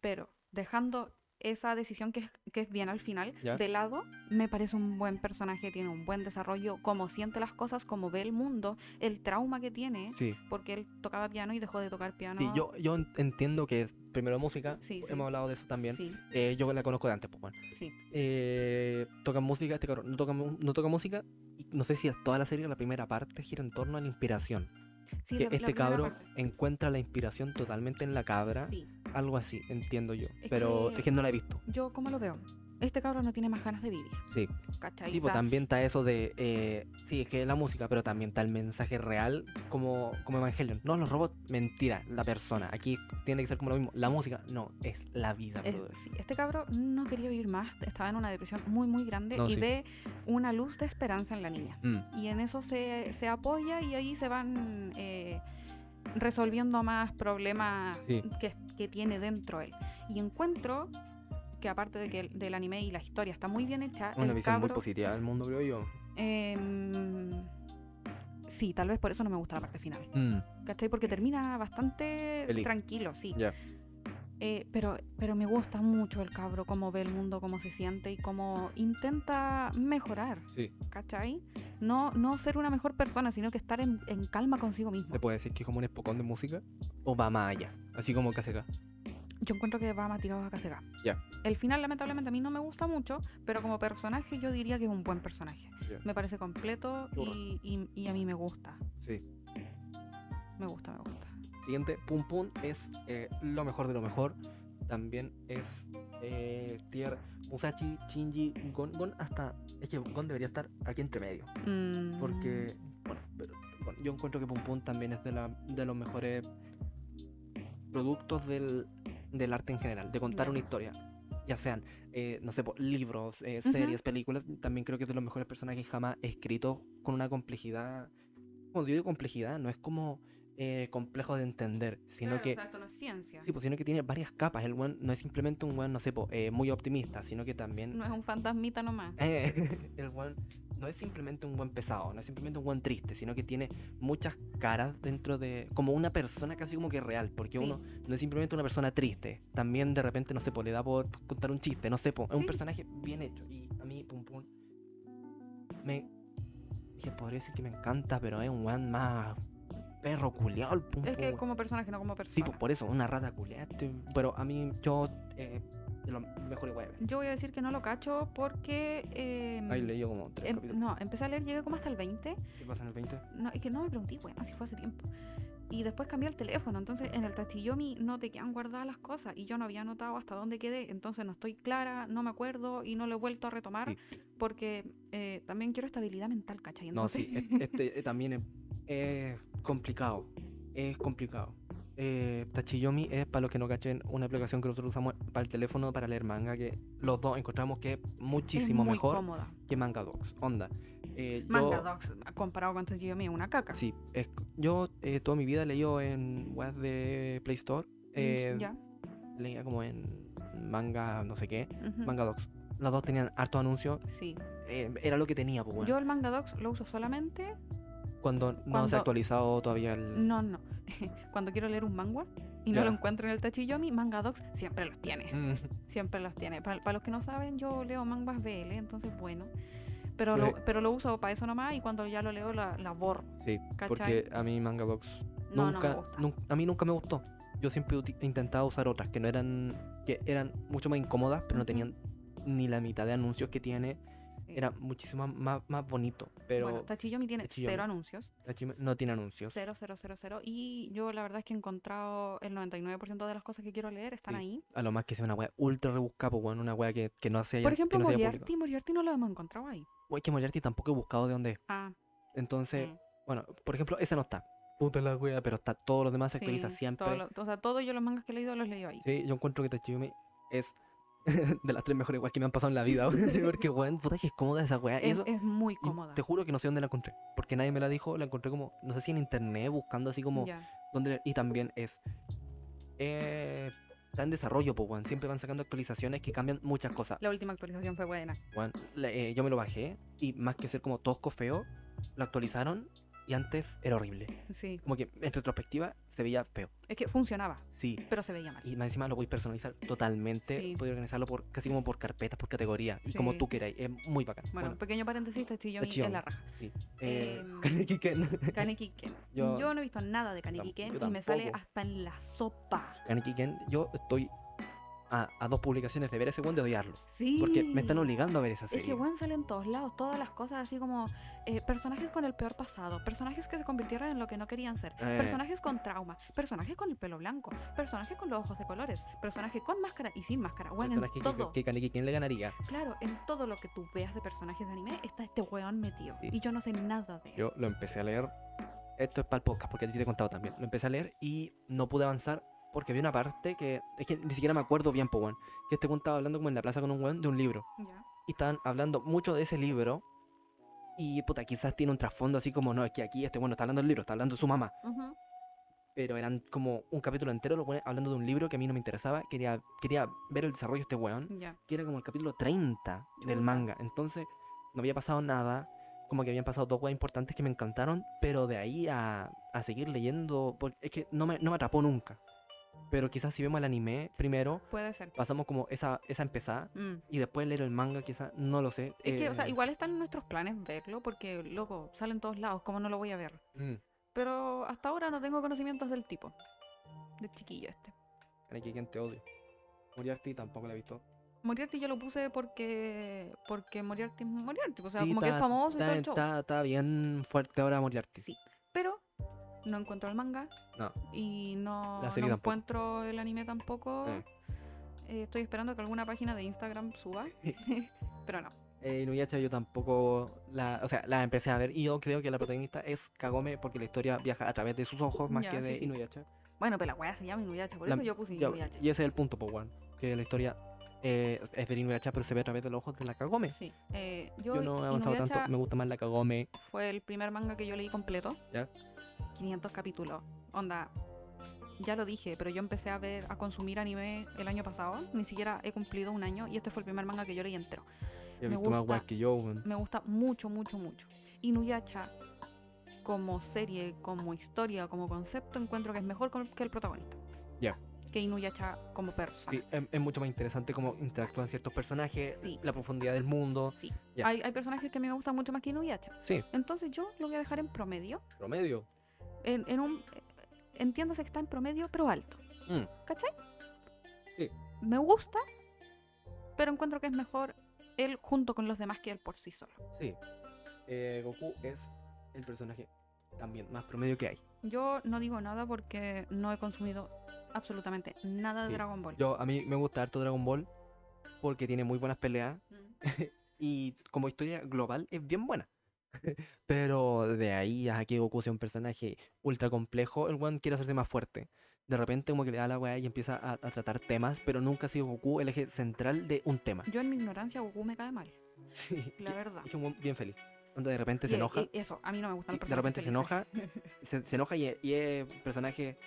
Pero dejando esa decisión que es, que es bien al final
Ya.
de lado, me parece un buen personaje, tiene un buen desarrollo, cómo siente las cosas, cómo ve el mundo, el trauma que tiene,
Sí.
porque él tocaba piano y dejó de tocar piano.
Sí, yo, yo en- entiendo que es primero música.
Ah, Sí, sí.
Hemos hablado de eso también.
Sí,
Eh, yo la conozco de antes, pues, bueno.
sí.
Eh, toca música, este cabrón no toca, mu- no toca música. Y no sé si es toda la serie, la primera parte gira en torno a la inspiración.
Sí,
que
la- la
este
primera
cabro
parte.
encuentra la inspiración totalmente en la cabra.
Sí.
Algo así, entiendo yo.
Es
pero
que-
es que no la he visto.
Yo, ¿cómo lo veo? Este cabro no tiene más ganas de vivir,
Sí.
¿cachai?
Sí, pues,
Está-
también está eso de. eh, sí, es que la música, pero también está el mensaje real como, como Evangelion. No, los robots, mentira, la persona. Aquí tiene que ser como lo mismo. La música, no, es la vida,
Es-
brother.
sí, este cabro no quería vivir más, estaba en una depresión muy, muy grande
No,
y
sí.
ve una luz de esperanza en la niña.
Mm,
Y en eso se, se apoya y ahí se van eh, resolviendo más problemas
Sí.
que, que tiene dentro él. Y encuentro que aparte de que el- del anime y la historia está muy bien hecha,
Una
el
visión muy
cabro,
positiva del mundo, creo yo.
em, sí, tal vez por eso no me gusta la parte final.
Mm,
¿Cachai? Porque termina bastante
Feliz.
tranquilo, sí.
Ya.
Eh, pero, pero me gusta mucho el cabro, cómo ve el mundo, cómo se siente y cómo intenta mejorar,
sí.
¿cachai? No, no ser una mejor persona, sino que estar en, en calma consigo mismo.
¿Se puede decir que es como un espocón de música? O va más allá. Así como que hace acá.
Yo encuentro que va más tirado a Kasega.
Ya.
El final, lamentablemente, a mí no me gusta mucho, pero como personaje yo diría que es un buen personaje. Me parece completo
Churra.
y, y- y a mí me gusta.
Sí.
Me gusta, me gusta.
Siguiente, Pum Pum es eh, lo mejor de lo mejor. También es eh, tier Musashi, Shinji, Gon. Gon hasta. Es que Gon debería estar aquí entre medio.
Mm,
Porque. Bueno, pero- bueno, yo encuentro que Pum Pum también es de, la, de los mejores productos del, del arte en general, de contar
Ya.
una historia. Ya sean, eh, no sé, po, libros, eh,
Ujú.
series, películas. También creo que es de los mejores personajes jamás escritos con una complejidad. Cuando yo digo complejidad, no es como eh, complejo de entender, sino
claro,
que.
o sea, esto no es ciencia.
Sí, pues sino que tiene varias capas. El weón no es simplemente un weón, no sé, po, eh, muy optimista, sino que también.
No es un fantasmita nomás.
Eh, el weón no es simplemente un buen pesado, no es simplemente un buen triste, sino que tiene muchas caras dentro de. como una persona casi como que real, porque
Sí.
uno no es simplemente una persona triste, también de repente, no sé, po, le da por contar un chiste, no sé, po, es un
Sí.
personaje bien hecho. Y a mí, pum pum, me. dije, podría decir que me encanta, pero es un weón más. perro culeado el pum
Es
Pum,
que
weón.
como personaje, no como
Sí,
persona.
pues por eso, una rata culeada, este, pero a mí, yo. eh, de lo mejor igual.
Yo voy a decir que no lo cacho porque... em,
Ahí leí yo como tres
em-
capítulos.
no, empecé a leer, llegué como hasta el 20.
¿Qué pasa en el 20?
No, es que no me pregunté, bueno, si fue hace tiempo. Y después cambié el teléfono, entonces en el Tachiyomi no te quedan guardadas las cosas y yo no había notado hasta dónde quedé, entonces no estoy clara, no me acuerdo y no lo he vuelto a retomar
Sí.
porque eh, también quiero estabilidad mental, ¿cachai?
No,
Entonces,
sí, e- este eh, también es, es complicado. Es complicado. Eh, Tachiyomi es, para los que no cachen, una aplicación que nosotros usamos para el teléfono para leer manga, que los dos encontramos que es muchísimo
es muy
mejor
cómoda.
que Manga Dogs. Onda. Eh, yo-
Manga Dogs, comparado con Tachiyomi, es una caca.
Sí, es- yo eh, toda mi vida he leído en webs de Play Store, eh,
Mm, Ya,
leía como en manga, no sé qué,
ujú.
Manga Dogs. las dos tenían hartos anuncios.
Sí.
eh, era lo que tenía, pues, weón.
Yo el Manga Docs lo uso solamente.
Cuando no se
cuando- Mm.
ha actualizado todavía el.
No, no. Cuando quiero leer un manga y no
Ya.
lo encuentro en el Tachiyomi, Manga Docs siempre los tiene.
Mm.
Siempre los tiene. Para los que no saben, yo leo mangas BL, entonces bueno. Pero
Yo-
lo, pero lo uso para eso nomás y cuando ya lo leo la, la borro.
Sí,
¿Cachai?
porque a mí Manga Box
No,
nunca,
no me gusta.
nun- a mí nunca me gustó. Yo siempre uti- intentaba usar otras que no eran, que eran mucho más incómodas, pero no
Ujú.
tenían ni la mitad de anuncios que tiene.
Sí.
Era muchísimo más, más bonito, pero
Bueno, Tachiyomi tiene
Tachiyomi.
cero anuncios.
Tachime no tiene anuncios.
Cero, cero, cero, cero. Y yo la verdad es que he encontrado el 99% de las cosas que quiero leer están
Sí.
ahí.
A lo más que sea una wea ultra rebuscada, pues, weón, una wea que, que no se haya,
Por ejemplo,
que no se haya
Moriarty, Moriarty no lo hemos encontrado ahí.
publicado. Weón, que Moriarty tampoco he buscado de dónde es.
Ah,
Entonces,
mm,
bueno, por ejemplo, esa no está. Puta la wea, pero está. Todos los demás se actualizan
sí,
siempre.
todo lo- o sea, todos yo los mangas que he leído los leí ahí.
Sí, yo encuentro que Tachiyumi es de las tres mejores weas que me han pasado en la vida. weón, Porque, weón, puta que es cómoda esa wea.
Es,
Eso,
es muy
y
cómoda.
Te juro que no sé dónde la encontré. Porque nadie me la dijo. La encontré como, no sé si en internet, buscando así como
Ya.
dónde. la- Y también es. eh, está en desarrollo, pues, weón. Siempre van sacando actualizaciones que cambian muchas cosas.
La última actualización fue buena.
Weón, la- eh, yo me lo bajé y más que ser como tosco, feo, lo actualizaron y antes era horrible.
Sí.
Como que en retrospectiva se veía feo.
Es que funcionaba,
Sí,
pero se veía mal.
Y más encima lo voy a personalizar totalmente.
Sí.
Podéis organizarlo por casi como por carpetas, por categoría. Y como
Sí.
tú queráis. Es muy bacán.
Bueno,
Bueno,
pequeño paréntesis, Tachiyomi es la
Tachiyomi.
raja.
sí. Eh,
em,
Kaneki Ken.
Kaneki Ken. Yo,
Yo-
no he visto nada de Kaneki
Tam-
Ken
yo
y me sale
tampoco.
hasta en la sopa.
Kaneki Ken, yo estoy a, a dos publicaciones de ver ese buen de odiarlo.
Sí.
Porque me están obligando a ver esa
Es
serie.
que Gwen sale en todos lados, todas las cosas así como eh, personajes con el peor pasado, personajes que se convirtieron en lo que no querían ser,
Eh.
personajes con trauma, personajes con el pelo blanco, personajes con los ojos de colores, personajes con máscara y sin máscara. Gwen en
Personas que, que-
todo,
que Kaneki Ken le ganaría.
claro, en todo lo que tú veas de personajes de anime está este weón metido.
Sí.
Y yo no sé nada de él.
Yo lo empecé a leer. Esto es para el podcast, porque a ti te he contado también. Lo empecé a leer y no pude avanzar porque había una parte que. Es que ni siquiera me acuerdo bien, po, weón. Que este weón estaba hablando como en la plaza con un weón de un libro.
Ya.
y estaban hablando mucho de ese libro. Y puta, quizás tiene un trasfondo así como, no, es que aquí este bueno está hablando del libro, está hablando de su mamá.
Ujú.
Pero eran como un capítulo entero, lo pone hablando de un libro que a mí no me interesaba. Quería, quería ver el desarrollo de este weón,
Ya.
que era como el capítulo 30 del
Chuta.
manga. Entonces, no había pasado nada. Como que habían pasado dos weas importantes que me encantaron, pero de ahí a, a seguir leyendo, porque es que no me, no me atrapó nunca. Pero quizás si vemos el anime primero,
Puede ser.
pasamos como esa, esa empezada
Mm.
y después leer el manga, quizás, no lo sé.
Es que, o sea,
eh,
igual están en nuestros planes verlo, porque, loco, sale en todos lados, ¿cómo no lo voy a ver?
mm.
Pero hasta ahora no tengo conocimientos del tipo. Del chiquillo este.
Kaneki Ken te odio. Moriarty tampoco la he visto.
Moriarty yo lo puse porque porque Moriarty es Moriarty, o sea,
Sí,
como que es
está-
famoso y todo
Está,
el show.
está- está bien fuerte ahora Moriarty.
Sí, pero no encuentro el manga
No.
y no,
La serie
no
tampoco.
encuentro el anime tampoco.
Eh.
Eh, estoy esperando que alguna página de Instagram suba, pero no.
Eh, Inuyasha yo tampoco la, o sea, la empecé a ver y yo creo que la protagonista es Kagome porque la historia viaja a través de sus ojos más
Ya,
que
sí,
de
sí.
Inuyasha.
Bueno, pero la weá se llama Inuyasha, por
La-
eso yo puse
Ya,
Inuyasha.
y ese es el punto, po, weón, que la historia eh, es de Inuyasha pero se ve a través de los ojos de la Kagome.
Sí. eh, yo,
Yo no he avanzado
Inuyasha
tanto, me gusta más la Kagome.
fue el primer manga que yo leí completo.
Ya.
500 capítulos. Onda, ya lo dije, pero yo empecé a ver, a consumir anime el año pasado. Ni siquiera he cumplido un año y este fue el primer manga que yo leí entero.
Yo he
Me
visto más
gusta.
weas que yo, weón.
Me gusta mucho, mucho, mucho. Inuyasha, como serie, como historia, como concepto, encuentro que es mejor con- que el protagonista.
Ya.
Que Inuyasha como persona.
Sí, em, es, es mucho más interesante cómo interactúan ciertos personajes,
Sí.
la profundidad del mundo.
Sí.
Ya.
Hay, hay personajes que a mí me gustan mucho más que Inuyasha.
Sí.
Entonces yo lo voy a dejar en promedio.
Promedio.
En, en un. Entiéndase que está en promedio, pero alto.
Mm.
¿Cachai?
Sí.
Me gusta, pero encuentro que es mejor él junto con los demás que él por sí solo.
Sí. Eh, Goku es el personaje también más promedio que hay.
Yo no digo nada porque no he consumido absolutamente nada de
Sí.
Dragon Ball.
Yo, a mí me gusta harto Dragon Ball porque tiene muy buenas peleas
Mm.
y como historia global es bien buena. Pero de ahí a que Goku sea un personaje ultra complejo, el one quiere hacerse más fuerte. De repente como que le da la weá y empieza a, a tratar temas, pero nunca ha sido Goku el eje central de un tema.
Yo en mi ignorancia Goku me cae mal,
Sí.
la verdad.
Es un weón bien feliz. Donde de repente
Y- e
se enoja.
y eso, a mí no me gustan
Sí,
los
de repente se
personajes felices.
enoja, se, se enoja y es, y es un personaje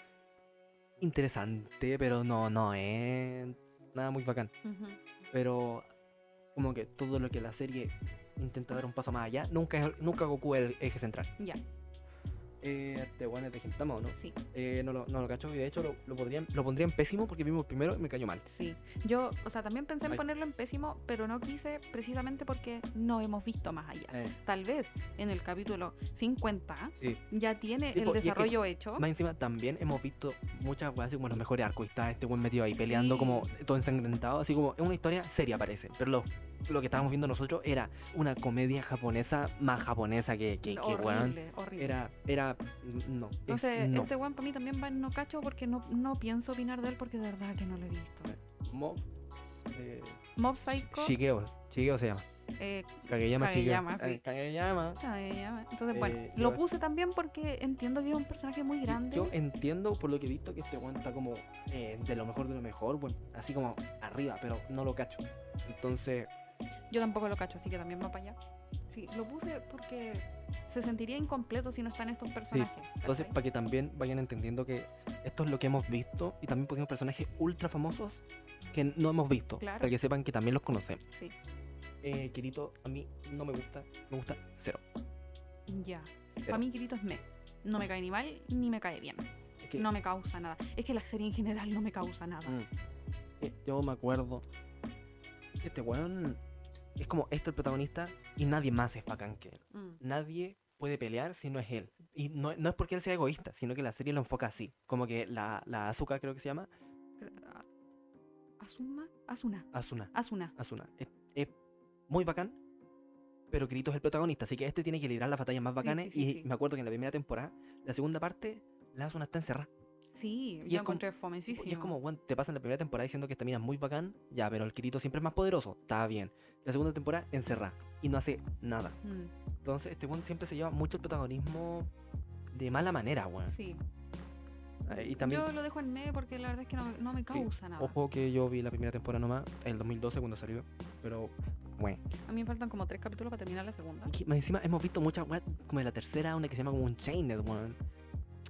interesante, pero no, no es nada muy bacán.
Ujú.
Pero como que todo lo que la serie intenta dar un paso más allá, nunca, es- nunca Goku es el eje central.
Ya,
Eh, este weón es de Gintama, ¿o no?
sí,
Eh, no, lo, no lo cacho, y de hecho lo, lo, podrían- lo pondría en pésimo porque vimos el primero y me cayó mal.
sí. Yo, o sea, también pensé en
Ay.
ponerlo en pésimo, pero no quise precisamente porque no hemos visto más allá.
Eh,
Tal vez en el capítulo 50
sí.
ya tiene
Sí,
el
po, y es que
desarrollo hecho.
Más encima también hemos visto muchas weas así como los mejores arcos. y Está este buen metido ahí
Sí.
peleando como todo ensangrentado. Así como es una historia seria parece. Pero lo, lo que estábamos viendo nosotros era una comedia japonesa más japonesa que, que, que weón.
horrible, horrible.
Era, era, no. es
Entonces,
no.
este weón para mí también va en no cacho porque no, no pienso opinar de él porque de verdad que no lo he visto.
Mob, eh,
Mob Psycho,
Shigeo. Shigeo se llama.
eh,
Kageyama,
Kageyama,
Shigeo.
sí.
Eh, Kageyama.
Kageyama. Entonces, bueno,
Eh,
lo
yo-
puse también porque entiendo que es un personaje muy
Yo-
grande.
Yo entiendo por lo que he visto que este weón está como eh, de lo mejor de lo mejor, weón, así como arriba, pero no lo cacho. Entonces,
Yo tampoco lo cacho, así que también va para allá. Sí, lo puse porque se sentiría incompleto si no están estos personajes.
entonces
¿cachai?
para que también vayan entendiendo que esto es lo que hemos visto y también pusimos personajes ultra famosos que no hemos visto,
Claro.
para que sepan que también los conocemos.
Sí,
Eh, Kirito a mí no me gusta, me gusta cero.
ya.
cero.
Para mí, Kirito es me. No me cae ni mal ni me cae bien.
Es que-
No me causa nada. Es que la serie en general no me causa nada.
Mm. Eh, Yo me acuerdo que este weón es como este el protagonista y nadie más es bacán que él.
Mm.
nadie puede pelear si no es él. Y no, no es porque él sea egoísta, sino que la serie lo enfoca así. Como que la, la Azuka, creo que se llama,
A- Asuma, Asuna,
Asuna.
Asuna.
Asuna. Es, es muy bacán, pero Kirito es el protagonista, así que este tiene que librar las batallas más
Sí,
bacanes.
sí, sí,
y
sí.
me acuerdo que en la primera temporada, la segunda parte, la Asuna está encerrada. Y
Sí, yo
es como-
encontré fomencísimo.
Y es como, bueno, te pasan la primera temporada diciendo que esta mina es muy bacán, ya, pero el Kirito siempre es más poderoso, está bien. La segunda temporada, encerrada, y no hace nada.
Mm,
Entonces, este weón siempre se lleva mucho el protagonismo de mala manera, weón.
sí.
Eh, Y también
Yo lo dejo en medio porque la verdad es que no, no me causa nada.
Ojo que yo vi la primera temporada nomás, el 2012 cuando salió, pero bueno.
A mí me faltan como tres capítulos para terminar la segunda.
Aquí, más encima hemos visto muchas weas, como de la tercera, una que se llama como un Chained weón.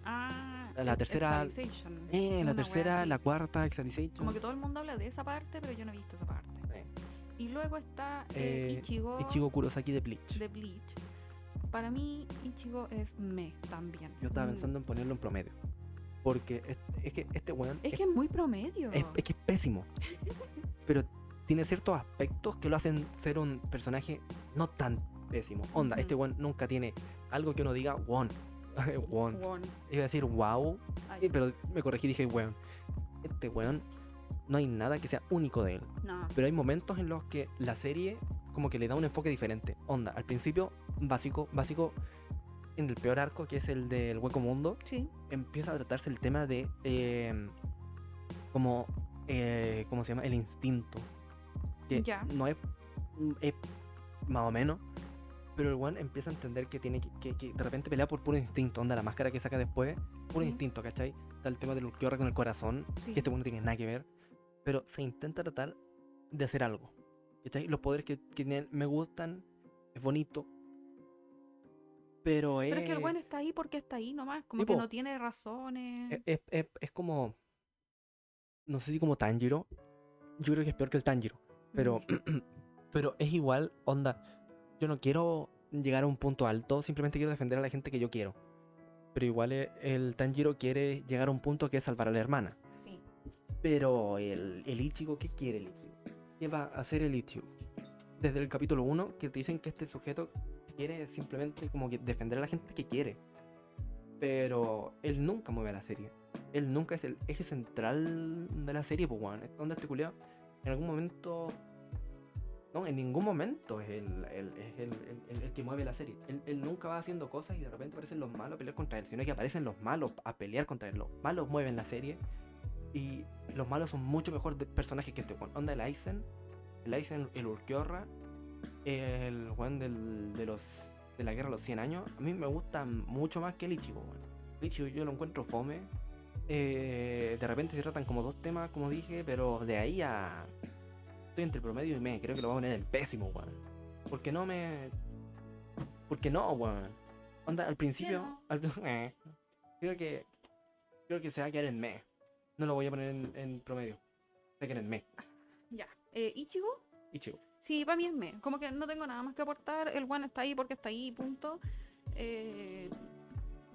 Ah,
La- la
el- el
tercera-
Alicization,
Eh, la
una wea
tercera,
así.
la cuarta, Exalisation.
Como que todo el mundo habla de esa parte, pero yo no he visto esa parte.
Eh.
Y luego está eh,
Eh,
Ichigo,
Ichigo Kurosaki de Bleach.
de Bleach. Para mí, Ichigo es me también.
Yo estaba
Mm.
pensando en ponerlo en promedio. Porque es, es que este weón
Es que es muy promedio.
es, es que es pésimo. pero tiene ciertos aspectos que lo hacen ser un personaje no tan pésimo. Onda, este
Ujú.
weón nunca tiene algo que uno diga, won. won.
Won.
Iba a decir wow,
Ay,
Eh, pero me corregí y dije, weón, este weón no hay nada que sea único de él.
no.
Pero hay momentos en los que la serie como que le da un enfoque diferente. Onda, al principio, básico, básico, en el peor arco, que es el del hueco mundo,
Sí,
empieza a tratarse el tema de eh, como, eh, ¿cómo se llama? El instinto. Que
Ya.
no es, mm, es más o menos. Pero el weón empieza a entender que tiene que, que- que de repente pelea por puro instinto. Onda, la máscara que saca después, puro
Ujú.
instinto, ¿cachai? Está el tema del Ulquiorra con el corazón,
sí.
que este weón no tiene nada que ver. Pero se intenta tratar de hacer algo. ¿Cachai? Los poderes que, que tienen me gustan, es bonito. Pero es.
Pero es que el weón está ahí porque está ahí nomás, como
Sí,
que
po. Eh,
no tiene razones.
Es, es- es- es como. No sé si como Tanjiro. Yo creo que es peor que el Tanjiro. Pero,
Mm.
pero es igual, onda. Yo no quiero llegar a un punto alto, simplemente quiero defender a la gente que yo quiero. Pero igual eh, el Tanjiro quiere llegar a un punto que es salvar a la hermana.
Sí.
Pero el, el Ichigo, ¿qué quiere el Ichigo? ¿Qué va a hacer el Ichigo? Desde el capítulo 1 que te dicen que este sujeto quiere simplemente como que defender a la gente que quiere. Pero él nunca mueve a la serie. Él nunca es el eje central de la serie, pues weón. Esta onda este culiao, en algún momento... No, en ningún momento es el, el- es el- el- el- el que mueve la serie. Él, él nunca va haciendo cosas y de repente aparecen los malos a pelear contra él, sino que aparecen los malos a pelear contra él. Los malos mueven la serie y los malos son mucho mejor de- personajes que este weón. Onda el Aizen, el Aizen, el Urquiorra, el weón del- de los de la guerra de los 100 años. A mí me gusta mucho más que el Ichigo, weón. El Ichigo yo lo encuentro fome. Eh, de repente se tratan como dos temas, como dije, pero de ahí a. Estoy entre promedio y me, creo que lo voy a poner en pésimo, weón. Porque no me. Porque no, weón. Onda, al principio.
no?
al prin- eh, creo que. Creo que se va a quedar en me. No lo voy a poner en, en promedio. Se va a quedar en me.
Ya. Eh, Ichigo,
Ichigo.
Sí, para mí es me. Como que no tengo nada más que aportar. El one está ahí porque está ahí, punto. Eh,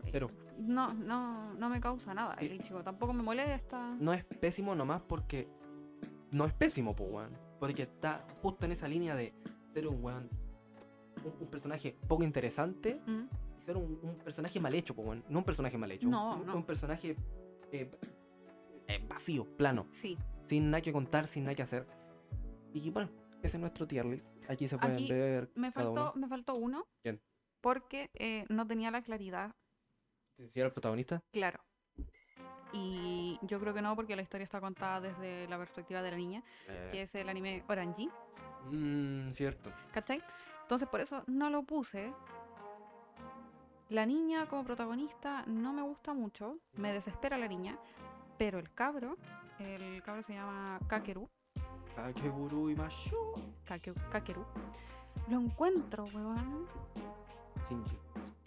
eh,
Cero.
No, no, no me causa nada
Sí. Mm.
el Ichigo. Tampoco me molesta.
No es pésimo nomás porque. No es pésimo, po, weón. Porque está justo en esa línea de ser un weón. Un, un personaje poco interesante
Mm,
y ser un, un personaje mal hecho, po, weón. No un personaje mal hecho.
No,
un,
no.
un personaje eh, eh, vacío, plano.
Sí.
sin nada que contar, sin nada que hacer. Y bueno, ese es nuestro tier list. Aquí se pueden
Aquí
ver
Me
cada
faltó,
uno.
me faltó uno.
¿Quién?
Porque eh, no tenía la claridad,
Si era el protagonista,
claro. Y yo creo que no, porque la historia está contada desde la perspectiva de la niña, que es el anime Oranji,
Eh, mm, cierto.
¿cachai? Entonces por eso no lo puse. La niña como protagonista no me gusta mucho, me desespera la niña, pero el cabro, el cabro se llama Kakeru,
Kakeguru y Ah, Mashu.
Kake- Kakeru, lo encuentro, weón.
Shinji.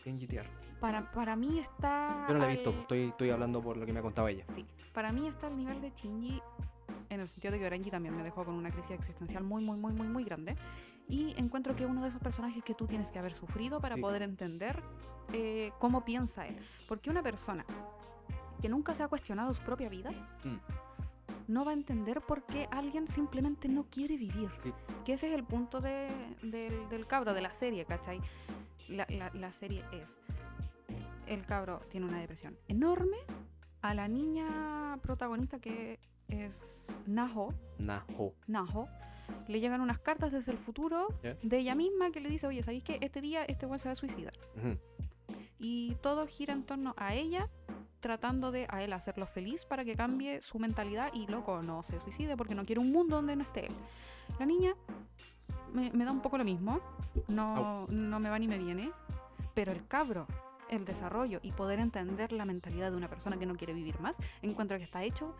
Shinji tier.
Para, para mí está...
Yo no la
al-
he visto, estoy, estoy hablando por lo que me ha contado ella.
Sí, para mí está el nivel de Shinji en el sentido de que Oranji también me dejó con una crisis existencial muy, muy, muy, muy, muy grande. Y encuentro que uno de esos personajes que tú tienes que haber sufrido para
Sí.
poder entender eh, cómo piensa él. Porque una persona que nunca se ha cuestionado su propia vida
Mm.
no va a entender por qué alguien simplemente no quiere vivir.
Sí.
Que ese es el punto de- del, del cabro, de la serie, ¿cachai? La, la- la serie es, el cabro tiene una depresión enorme, a la niña protagonista que es Naho,
Naho.
Naho, le llegan unas cartas desde el futuro
Ya.
de ella misma que le dice, oye, ¿sabéis que este día este weón se va a suicidar?
Ujú.
Y todo gira
Mm.
en torno a ella, tratando de a él hacerlo feliz para que cambie su mentalidad y loco, no se suicide porque no quiere un mundo donde no esté él. La niña me, me da un poco lo mismo, no, no me va ni me viene, pero el cabro, el desarrollo y poder entender la mentalidad de una persona que no quiere vivir más, encuentro que está hecho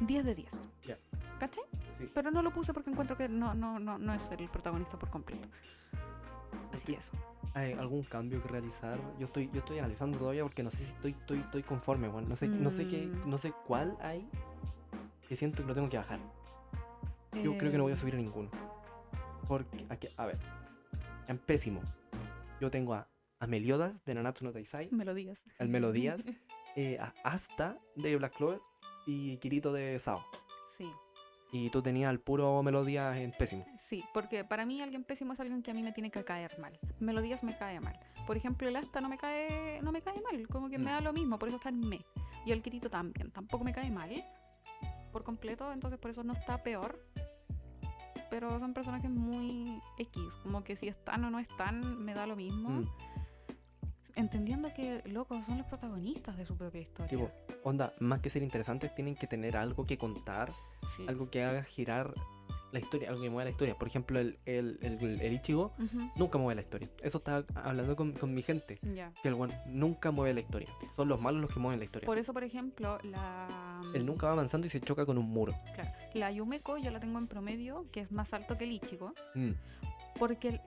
10 de 10.
Ya.
¿Cachai?
Sí.
Pero no lo puse porque encuentro que no, no, no, no es el protagonista por completo. Así que eso.
¿Hay algún cambio que realizar? Yo estoy, yo estoy analizando todavía porque no sé si estoy, estoy, estoy conforme, bueno. No sé, no sé qué,
Mm.
no sé cuál hay. Que siento que lo tengo que bajar. Yo creo que no voy a
Eh,
subir a ninguno. Porque, aquí- a ver, en pésimo, yo tengo a, a Meliodas de Nanatsu no Taizai,
Me lo digas.
al Melodías, eh, a Asta de Black Clover y Kirito de Sao.
Sí,
Y tú tenías al puro Melodías en pésimo.
sí, porque para mí alguien pésimo es alguien que a mí me tiene que caer mal. Melodías me cae mal. Por ejemplo, el asta no me cae, no me cae mal, como que me
Mm.
da lo mismo, por eso está en me. Y el quirito también, tampoco me cae mal por completo, entonces por eso no está peor. Pero son personajes muy X, como que si están o no están, me da lo mismo.
Mm.
Entendiendo que, loco, son los protagonistas de su propia historia.
Tipo, onda, más que ser interesantes, tienen que tener algo que contar,
Sí.
algo que haga girar la historia, algo que mueva la historia. Por ejemplo, el, el, el, el Ichigo
Ujú,
nunca mueve la historia. Eso estaba hablando con, con mi gente.
Ya.
Que el one nunca mueve la historia. Son los malos los que mueven la historia.
Por eso, por ejemplo, la.
Él nunca va avanzando y se choca con un muro.
Claro. La Yumeko yo la tengo en promedio, que es más alto que el Ichigo,
Mm.
porque el-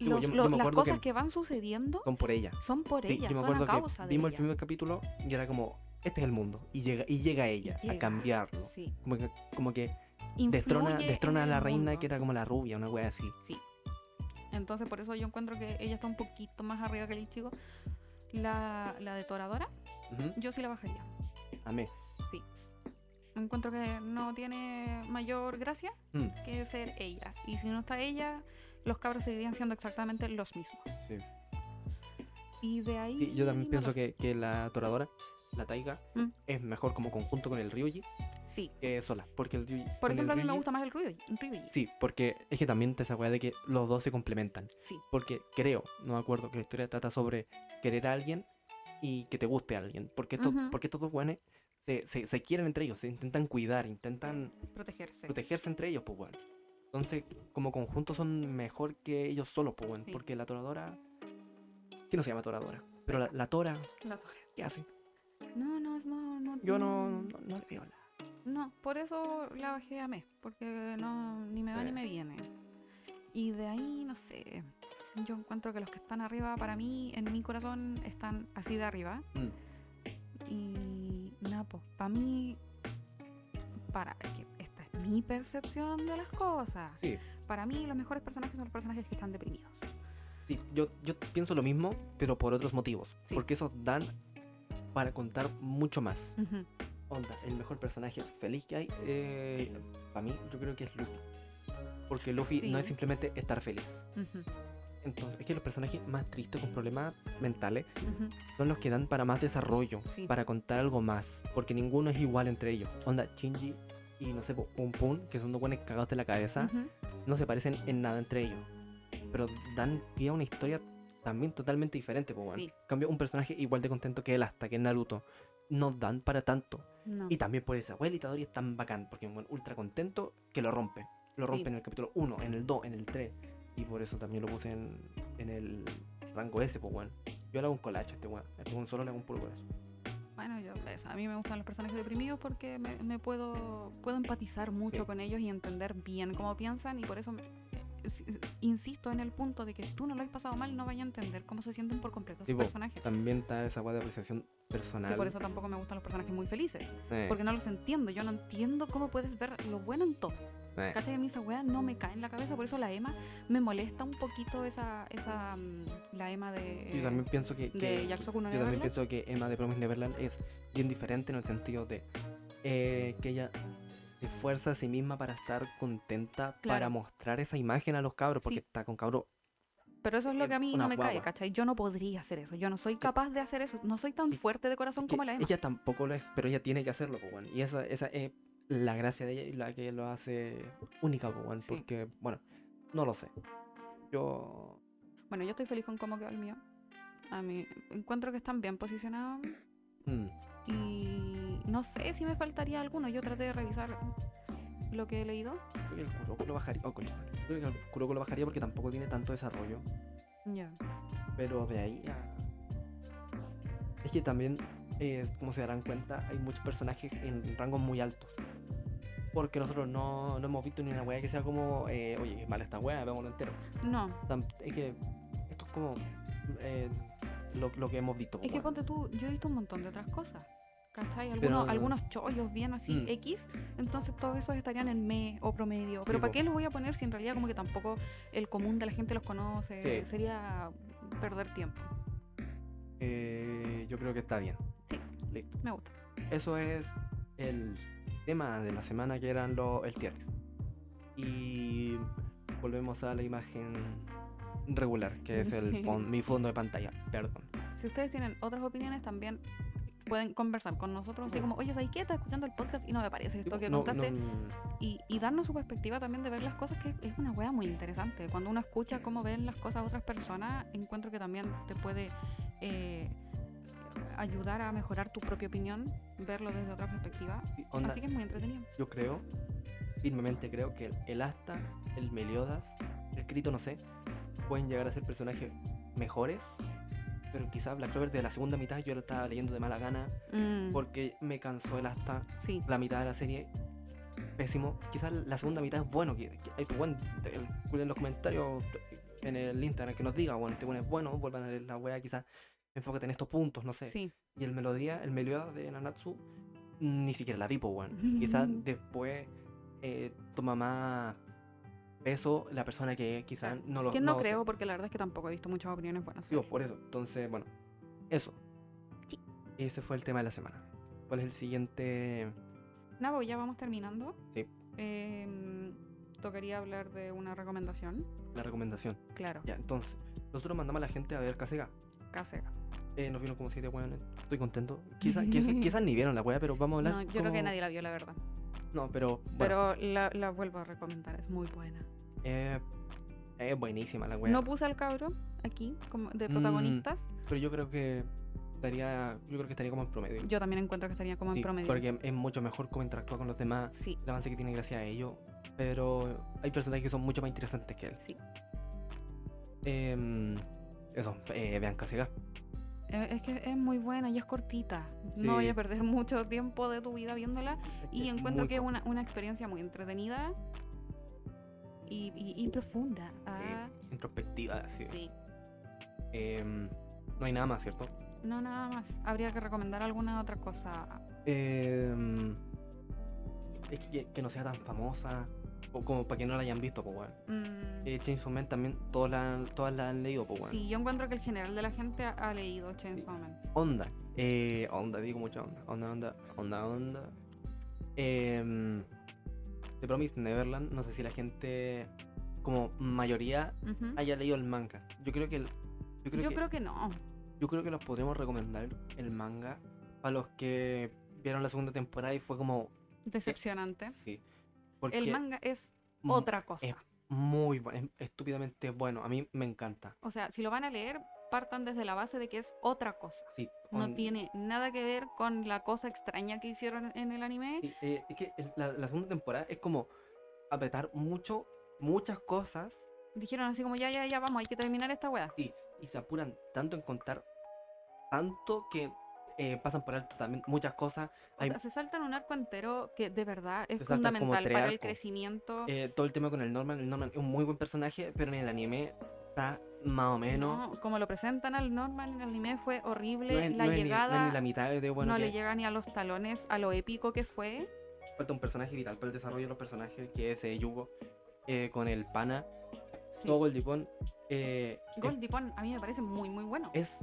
Sí, bo,
los-
yo me-
lo-
yo me
las
acuerdo
cosas
que-
que... van sucediendo
Son por ella.
son por
Sí, yo
ella,
me
son a
acuerdo
causa
que
de
vimos el
ella.
primer capítulo y era como, este es el mundo. Y llega, y llega ella
llega,
a cambiarlo.
Sí.
Como que, como que
Influye
destrona,
en
destrona a la
el
reina
mundo.
que era como la rubia, una wea así.
Sí. Entonces, por eso yo encuentro que ella está un poquito más arriba que el Ichigo. La, la de Toradora,
Ujú,
yo sí la bajaría.
Amé.
Sí. Encuentro que no tiene mayor gracia
Mm,
que ser ella. Y si no está ella, los cabros seguirían siendo exactamente los mismos.
sí.
Y de ahí.
Sí, yo también
no
pienso
lo
que,
sé.
que la toradora, la taiga,
Mm.
es mejor como conjunto con el Ryuji
Sí.
que sola. Porque el Ryuji.
Por
con el
ejemplo, a mí me
Ryuji-
gusta más el Ryuji. Ryuji.
Sí, porque es que también te esa wea de que los dos se complementan.
Sí.
Porque creo, no me acuerdo, que la historia trata sobre querer a alguien y que te guste a alguien. Porque estos,
Ujú.
porque estos dos weones se, se, se quieren entre ellos, se intentan cuidar, intentan
protegerse.
protegerse entre ellos, pues weón. Entonces, como conjunto son mejor que ellos solos, pues weón.
Sí.
Porque la toradora. ¿Qué no se llama toradora? Pero la, la tora,
La torre.
¿qué hace?
No, no, es- no, no.
Yo no,
Mm.
no, no le veo la.
No, por eso la bajé a mes, porque no, ni me va ni
Eh.
me viene. Y de ahí, no sé. Yo encuentro que los que están arriba, para mí, en mi corazón, están así de arriba.
Mm.
Y nada, pues, para mí. Para, es que esta es mi percepción de las cosas.
Sí.
Para mí los mejores personajes son los personajes que están deprimidos.
Sí, yo, yo pienso lo mismo, pero por otros motivos.
Sí.
Porque esos dan para contar mucho más.
Ujú.
Onda, el mejor personaje feliz que hay, eh, para mí, yo creo que es Luffy. Porque Luffy no es
Sí.
simplemente estar feliz.
Ujú.
Entonces, es que los personajes más tristes con problemas mentales
Ujú.
son los que dan para más desarrollo,
Sí.
para contar algo más. Porque ninguno es igual entre ellos. Onda, Shinji y no sé, po, Pum Pum, que son dos buenos cagados de la cabeza,
Ujú.
no se parecen en nada entre ellos. Pero dan pie a una historia también totalmente diferente, po, weón.
Sí.
Cambio un personaje igual de contento que él hasta que es Naruto. No dan para tanto.
No.
Y también por esa abuela Itadori es tan bacán, porque es un weón ultra contento que lo rompe. Lo
Sí.
rompe en el capítulo 1, en el 2, en el 3. Y por eso también lo puse en, en el rango S, pues weón. Yo le hago un colacho a este weón. A Este weón solo le hago un puro colacho.
Bueno, yo, eso, a mí me gustan los personajes deprimidos porque me, me puedo, puedo empatizar mucho
Sí.
con ellos y entender bien cómo piensan y por eso me- eh, si- insisto en el punto de que si tú no lo has pasado mal no vaya a entender cómo se sienten por completo los
Sí, po,
personajes.
También está esa weá de apreciación
Y
personal.
por eso tampoco me gustan los personajes muy felices,
Eh,
porque no los entiendo, yo no entiendo cómo puedes ver lo bueno en todo.
eh.
¿Cachai? A mí esa wea no me cae en la cabeza, por eso la Emma me molesta un poquito esa, esa mm, la Emma de...
Yo también pienso que,
eh, de
que-
Yakusoku no
yo también
Neverland.
pienso que Emma de Promise Neverland es bien diferente en el sentido de eh, que ella se esfuerza a sí misma para estar contenta, para
Claro.
mostrar esa imagen a los cabros, porque
Sí.
está con cabros
Pero eso es lo
eh,
que a mí
una
no me cae,
guagua.
¿cachai? Yo no podría hacer eso, yo no soy capaz de hacer eso, no soy tan
Y-
fuerte de corazón
que
como la Emma.
ella tampoco lo es, pero ella tiene que hacerlo, po, weón. Y esa, esa es la gracia de ella y la que lo hace única, po, weón,
Sí.
porque, bueno, no lo sé. Yo...
Bueno, yo estoy feliz con cómo quedó el mío. A mí encuentro que están bien posicionados
mm,
y no sé si me faltaría alguno. Yo traté de revisar lo que he leído.
creo que el Kuroko lo bajaría. Oh, concha, creo que el Kuroko lo bajaría porque tampoco tiene tanto desarrollo.
Ya.
Pero de ahí a... Es que también, eh, como se darán cuenta, hay muchos personajes en rangos muy altos. Porque nosotros no, no hemos visto ni una weá que sea como, eh, oye, qué mala esta weá, veámoslo entero.
No,
Tam- Es que esto es como eh, lo, lo que hemos visto.
es que
weón.
ponte tú, yo he visto un montón de otras cosas. ¿Cachai?
Pues Pero-
Algunos, algunos chollos bien así,
Mm.
X, entonces todos esos estarían en me o promedio. Pero
Sí, po.
¿para qué los voy a poner si en realidad como que tampoco el común de la gente los conoce?
Sí.
Sería perder tiempo.
Eh, yo creo que está bien.
Sí.
Listo.
Me gusta.
Eso es el tema de la semana que eran lo, el tier list. Y volvemos a la imagen regular, que es el fon- mi fondo de pantalla. Perdón.
Si ustedes tienen otras opiniones también pueden conversar con nosotros así como, oye, ¿sabes qué? Estaba escuchando el podcast y no me parece esto que
Mm. No, no,
contaste.
mm,
Y, y darnos su perspectiva también de ver las cosas, que es- es una wea muy interesante. Cuando uno escucha cómo ven las cosas otras personas, encuentro que también te puede eh, ayudar a mejorar tu propia opinión, verlo desde otra perspectiva.
sí, onda,
Así que es muy entretenido.
Yo creo, firmemente creo que el, el Asta, el Meliodas, el Crito, no sé, pueden llegar a ser personajes mejores. Pero quizás Black Clover de la segunda mitad yo lo estaba leyendo de mala gana
Mm,
porque me cansó el Asta
sí,
la mitad de la serie pésimo. Quizás la segunda mitad es bueno. Que, que- ay, pues, bueno, te- el- culen en los comentarios, en el Instagram, que nos diga, bueno, este bueno es bueno, vuelvan a leer la wea, quizás enfócate en estos puntos, no sé.
sí.
Y el melodía, el Meliodas de Nanatsu, ni siquiera la vi, po, weón. Quizás después eh, toma más peso la persona que es, quizás no lo
Ah, Que no,
sé.
creo, porque la verdad es que tampoco he visto muchas opiniones buenas.
Digo, por eso. Entonces, bueno, eso.
Sí.
Ese fue el tema de la semana. ¿Cuál es el siguiente?
Nada, pues ya vamos terminando.
Sí.
Eh, tocaría hablar de una recomendación.
La recomendación.
Claro,
Ya, entonces, nosotros mandamos a la gente a ver Casega.
casera.
Eh, nos vieron como siete weones. Estoy contento. Quizás quizá, quizá ni vieron la wea, pero vamos a hablar.
No, yo creo que
como-
nadie la vio, la verdad.
No, pero. Bueno,
Pero la, la vuelvo a recomendar, es muy buena.
eh, es buenísima la wea.
No puse al cabro aquí como de
Mm.
protagonistas.
Pero yo creo que estaría. Yo creo que estaría como en promedio.
Yo también encuentro que estaría como
Sí,
en promedio.
Porque es mucho mejor cómo interactúa con los demás.
Sí,
El avance que tiene gracias a ello. Pero hay personajes que son mucho más interesantes que él.
Sí.
Em, eso, eh, vean Casega.
Eh, es que es muy buena y es cortita. No voy
Sí.
a perder mucho tiempo de tu vida viéndola. Y encuentro que es una, una experiencia muy entretenida y, y- y profunda. Ah,
Introspectiva, así.
sí.
Em, no hay nada más, ¿cierto?
No, nada más. Habría que recomendar alguna otra cosa.
Em, Es que, que- que no sea tan famosa. O como para que no la hayan visto, pues, weón.
Mm,
Eh, Chainsaw Man también todas la, todas la han leído, pues, weón.
Sí, yo encuentro que el general de la gente ha, ha leído Chainsaw Man.
Onda. Eh, onda, digo mucha onda. Onda, onda, onda, onda. Em, The Promised Neverland, no sé si la gente, como mayoría,
Ujú.
haya leído el manga. Yo creo que, el- Ah, yo creo
yo
que,
creo que no.
yo creo que los podríamos recomendar el manga a los que vieron la segunda temporada y fue como,
Decepcionante.
sí. Porque mm,
El manga es
mu-
otra cosa.
muy bueno, es estúpidamente bueno. A mí me encanta.
O sea, si lo van a leer, partan desde la base de que es otra cosa.
Sí.
No
on-
tiene nada que ver con la cosa extraña que hicieron en el anime.
Sí, eh, es que el- la, la segunda temporada es como apretar mucho, muchas cosas
Dijeron así como, ya, ya, ya, vamos, hay que terminar esta weá.
sí, y se apuran tanto en contar tanto que eh, pasan por alto también muchas cosas.
O
Hay-
sea, se saltan un arco entero que de verdad es
Se saltan como
fundamental
tres
para el
arcos.
crecimiento.
eh, todo el tema con el Norman, el Norman es un muy buen personaje, pero en el anime está más o menos. Eh, No,
No, como lo presentan al Norman en el anime fue horrible.
es-
la
no es ni- no es
llegada
ni la mitad de bueno
no
que
le llega ni a los talones a lo épico que fue.
falta un personaje vital para el desarrollo de los personajes, que es eh, Yugo, eh, con el pana,
Sí.
todo Goldipon. eh, es-
Goldie Pond a mí me parece muy, muy bueno.
es,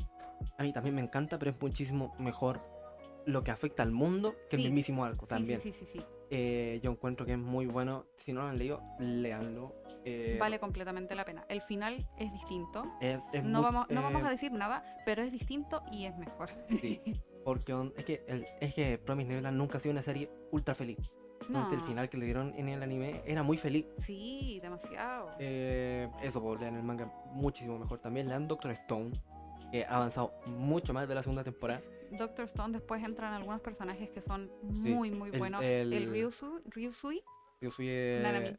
a mí también me encanta, pero es muchísimo mejor lo que afecta al mundo que
Sí.
el mismísimo arco
Sí, sí,
también.
sí, sí, sí.
Eh, yo encuentro que es muy bueno. Si no lo han leído, léanlo. Eh,
Vale completamente la pena. El final es distinto.
es- es
No
mu-
vamos, no vamos
eh,
a decir nada, pero es distinto y es mejor.
sí, porque on- es que, el, es que Promise Neverland nunca ha sido una serie ultra feliz. Entonces el
No.
final que le dieron en el anime era muy feliz.
Sí, demasiado.
Eh, eso, pues lean el manga muchísimo mejor también. Lean Doctor Stone, que ha avanzado mucho más de la segunda temporada.
Doctor Stone después entran algunos personajes que son muy, muy
el-
buenos. El,
el-
Ryusu- Ryusui,
Yo soy el,
Nanami.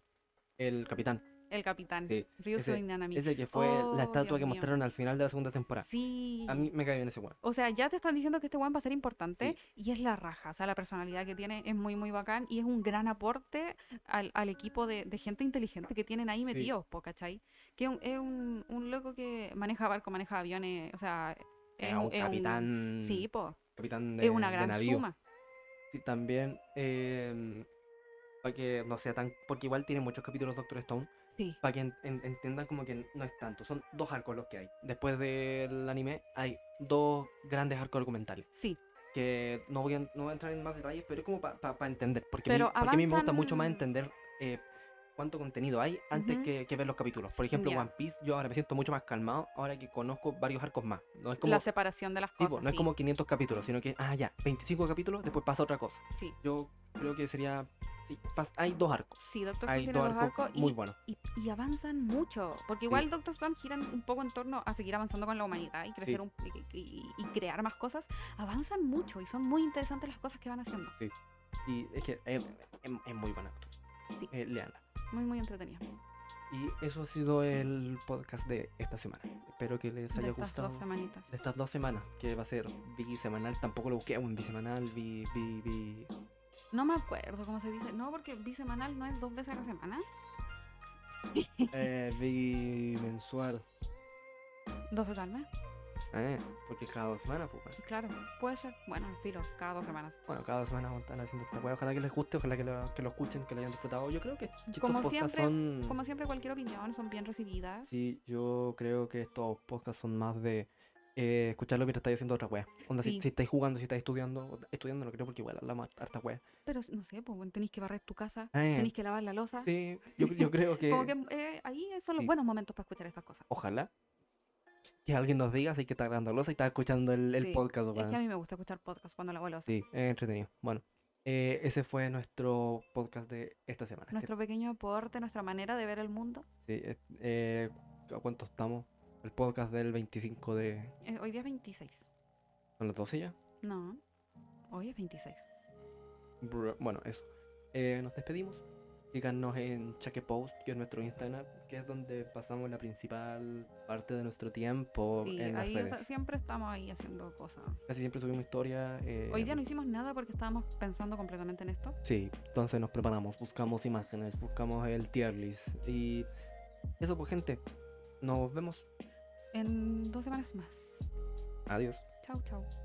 el capitán.
el capitán.
Sí,
Ryusui
ese-
Nanami.
Ese que fue
Oh,
la estatua
Dios
que
mío.
mostraron al final de la segunda temporada.
Sí.
A mí me cae bien ese weón.
O sea, ya te están diciendo que este weón va a ser importante y es la raja. O sea, la personalidad que tiene es muy, muy bacán y es un gran aporte al, al equipo de, de gente inteligente que tienen ahí metidos, po, ¿cachai? Que un- es un, un loco que maneja barco, maneja aviones, o sea, es,
Era un
es
capitán.
sí, po,
capitán de,
es una
Mm, de
gran
navío.
suma.
Sí, también. eh, para que no sea tan. Porque igual tiene muchos capítulos Doctor Stone.
Sí.
Para que en- en- entiendan como que no es tanto. Son dos arcos los que hay. Después del anime hay dos grandes arcos argumentales.
Sí,
Que no voy a, no voy a entrar en más detalles, pero es como para entender. Porque, a mí-
Pero
porque a mí me gusta mucho más
avanzan-
entender. eh, cuánto contenido hay antes
Ujú.
que, que ver los capítulos. Por ejemplo,
Ya.
One Piece, yo ahora me siento mucho más calmado ahora que conozco varios arcos más. No es como
la separación de las
Sí,
cosas.
po, no es
sí,
como 500 capítulos, sino que, ah, ya, 25 capítulos, después pasa otra cosa.
sí.
Yo creo que sería. Sí, pas- hay dos arcos.
Sí, Doctor Who
Hay
tiene
dos
dos
arcos,
arcos y,
muy buenos.
y, y avanzan mucho, porque
Sí.
igual Doctor Stone gira un poco en torno a seguir avanzando con la humanidad y crecer
Sí.
un- y, y- y crear más cosas, avanzan mucho y son muy interesantes las cosas que van haciendo.
Y es que es, es- es muy buena.
Sí.
Eh, léanla.
Muy, muy entretenidas.
Y eso ha sido el podcast de esta semana. Espero que les
De
haya
estas
gustado.
dos semanitas.
de estas dos semanas, que va a ser bisemanal, tampoco lo busqué, un bisemanal, bi, bi, bi.
No me acuerdo cómo se dice. No, porque bisemanal no es dos veces a la semana.
eh, bimensual.
Dos veces al mes.
Eh, porque cada dos semanas, pues. bueno.
Claro, puede ser. Bueno, filo, cada dos semanas.
Bueno, cada semana vamos a estar haciendo esta weá. Ojalá que les guste, ojalá que lo, que lo escuchen, que lo hayan disfrutado. Yo creo que estos
Como
podcasts
siempre,
son.
Como siempre, cualquier opinión son bien recibidas.
Mm. Sí, yo creo que estos podcasts son más de eh, escucharlo mientras estáis haciendo otra wea. Onda, si-
Sí.
si, estáis jugando, si estáis estudiando, estudiando no creo porque igual hablamos hart- harta wea.
Pero no sé, pues tenéis que barrer tu casa,
Eh.
tenéis que lavar la losa.
Sí, yo, yo creo que,
Como que eh, ahí son los
Sí.
buenos momentos para escuchar estas cosas.
Ojalá que alguien nos diga si que está grandosa y está escuchando el, el
Sí,
podcast.
Es que a
weón.
mí me gusta escuchar podcast cuando la abuelo hace.
Sí, es entretenido. Bueno, eh, ese fue nuestro podcast de esta semana. Este-
Nuestro pequeño aporte, nuestra manera de ver el mundo.
Sí, es- eh, ¿a cuánto estamos? El podcast del 25 de...
Eh, hoy día es 26.
¿Son las 12 ya?
No, hoy es 26.
Bru- Bueno, eso. Eh, nos despedimos. Síganos en Cheque Post, que es nuestro Instagram, que es donde pasamos la principal parte de nuestro tiempo
Sí,
en las
ahí o sea,
redes.
siempre estamos ahí haciendo cosas.
Casi siempre subimos historia. eh,
Hoy día no hicimos nada porque estábamos pensando completamente en esto.
Sí, entonces nos preparamos, buscamos imágenes, buscamos el tier list. Y eso pues gente, nos vemos.
En dos semanas más.
Adiós.
Chau, chau.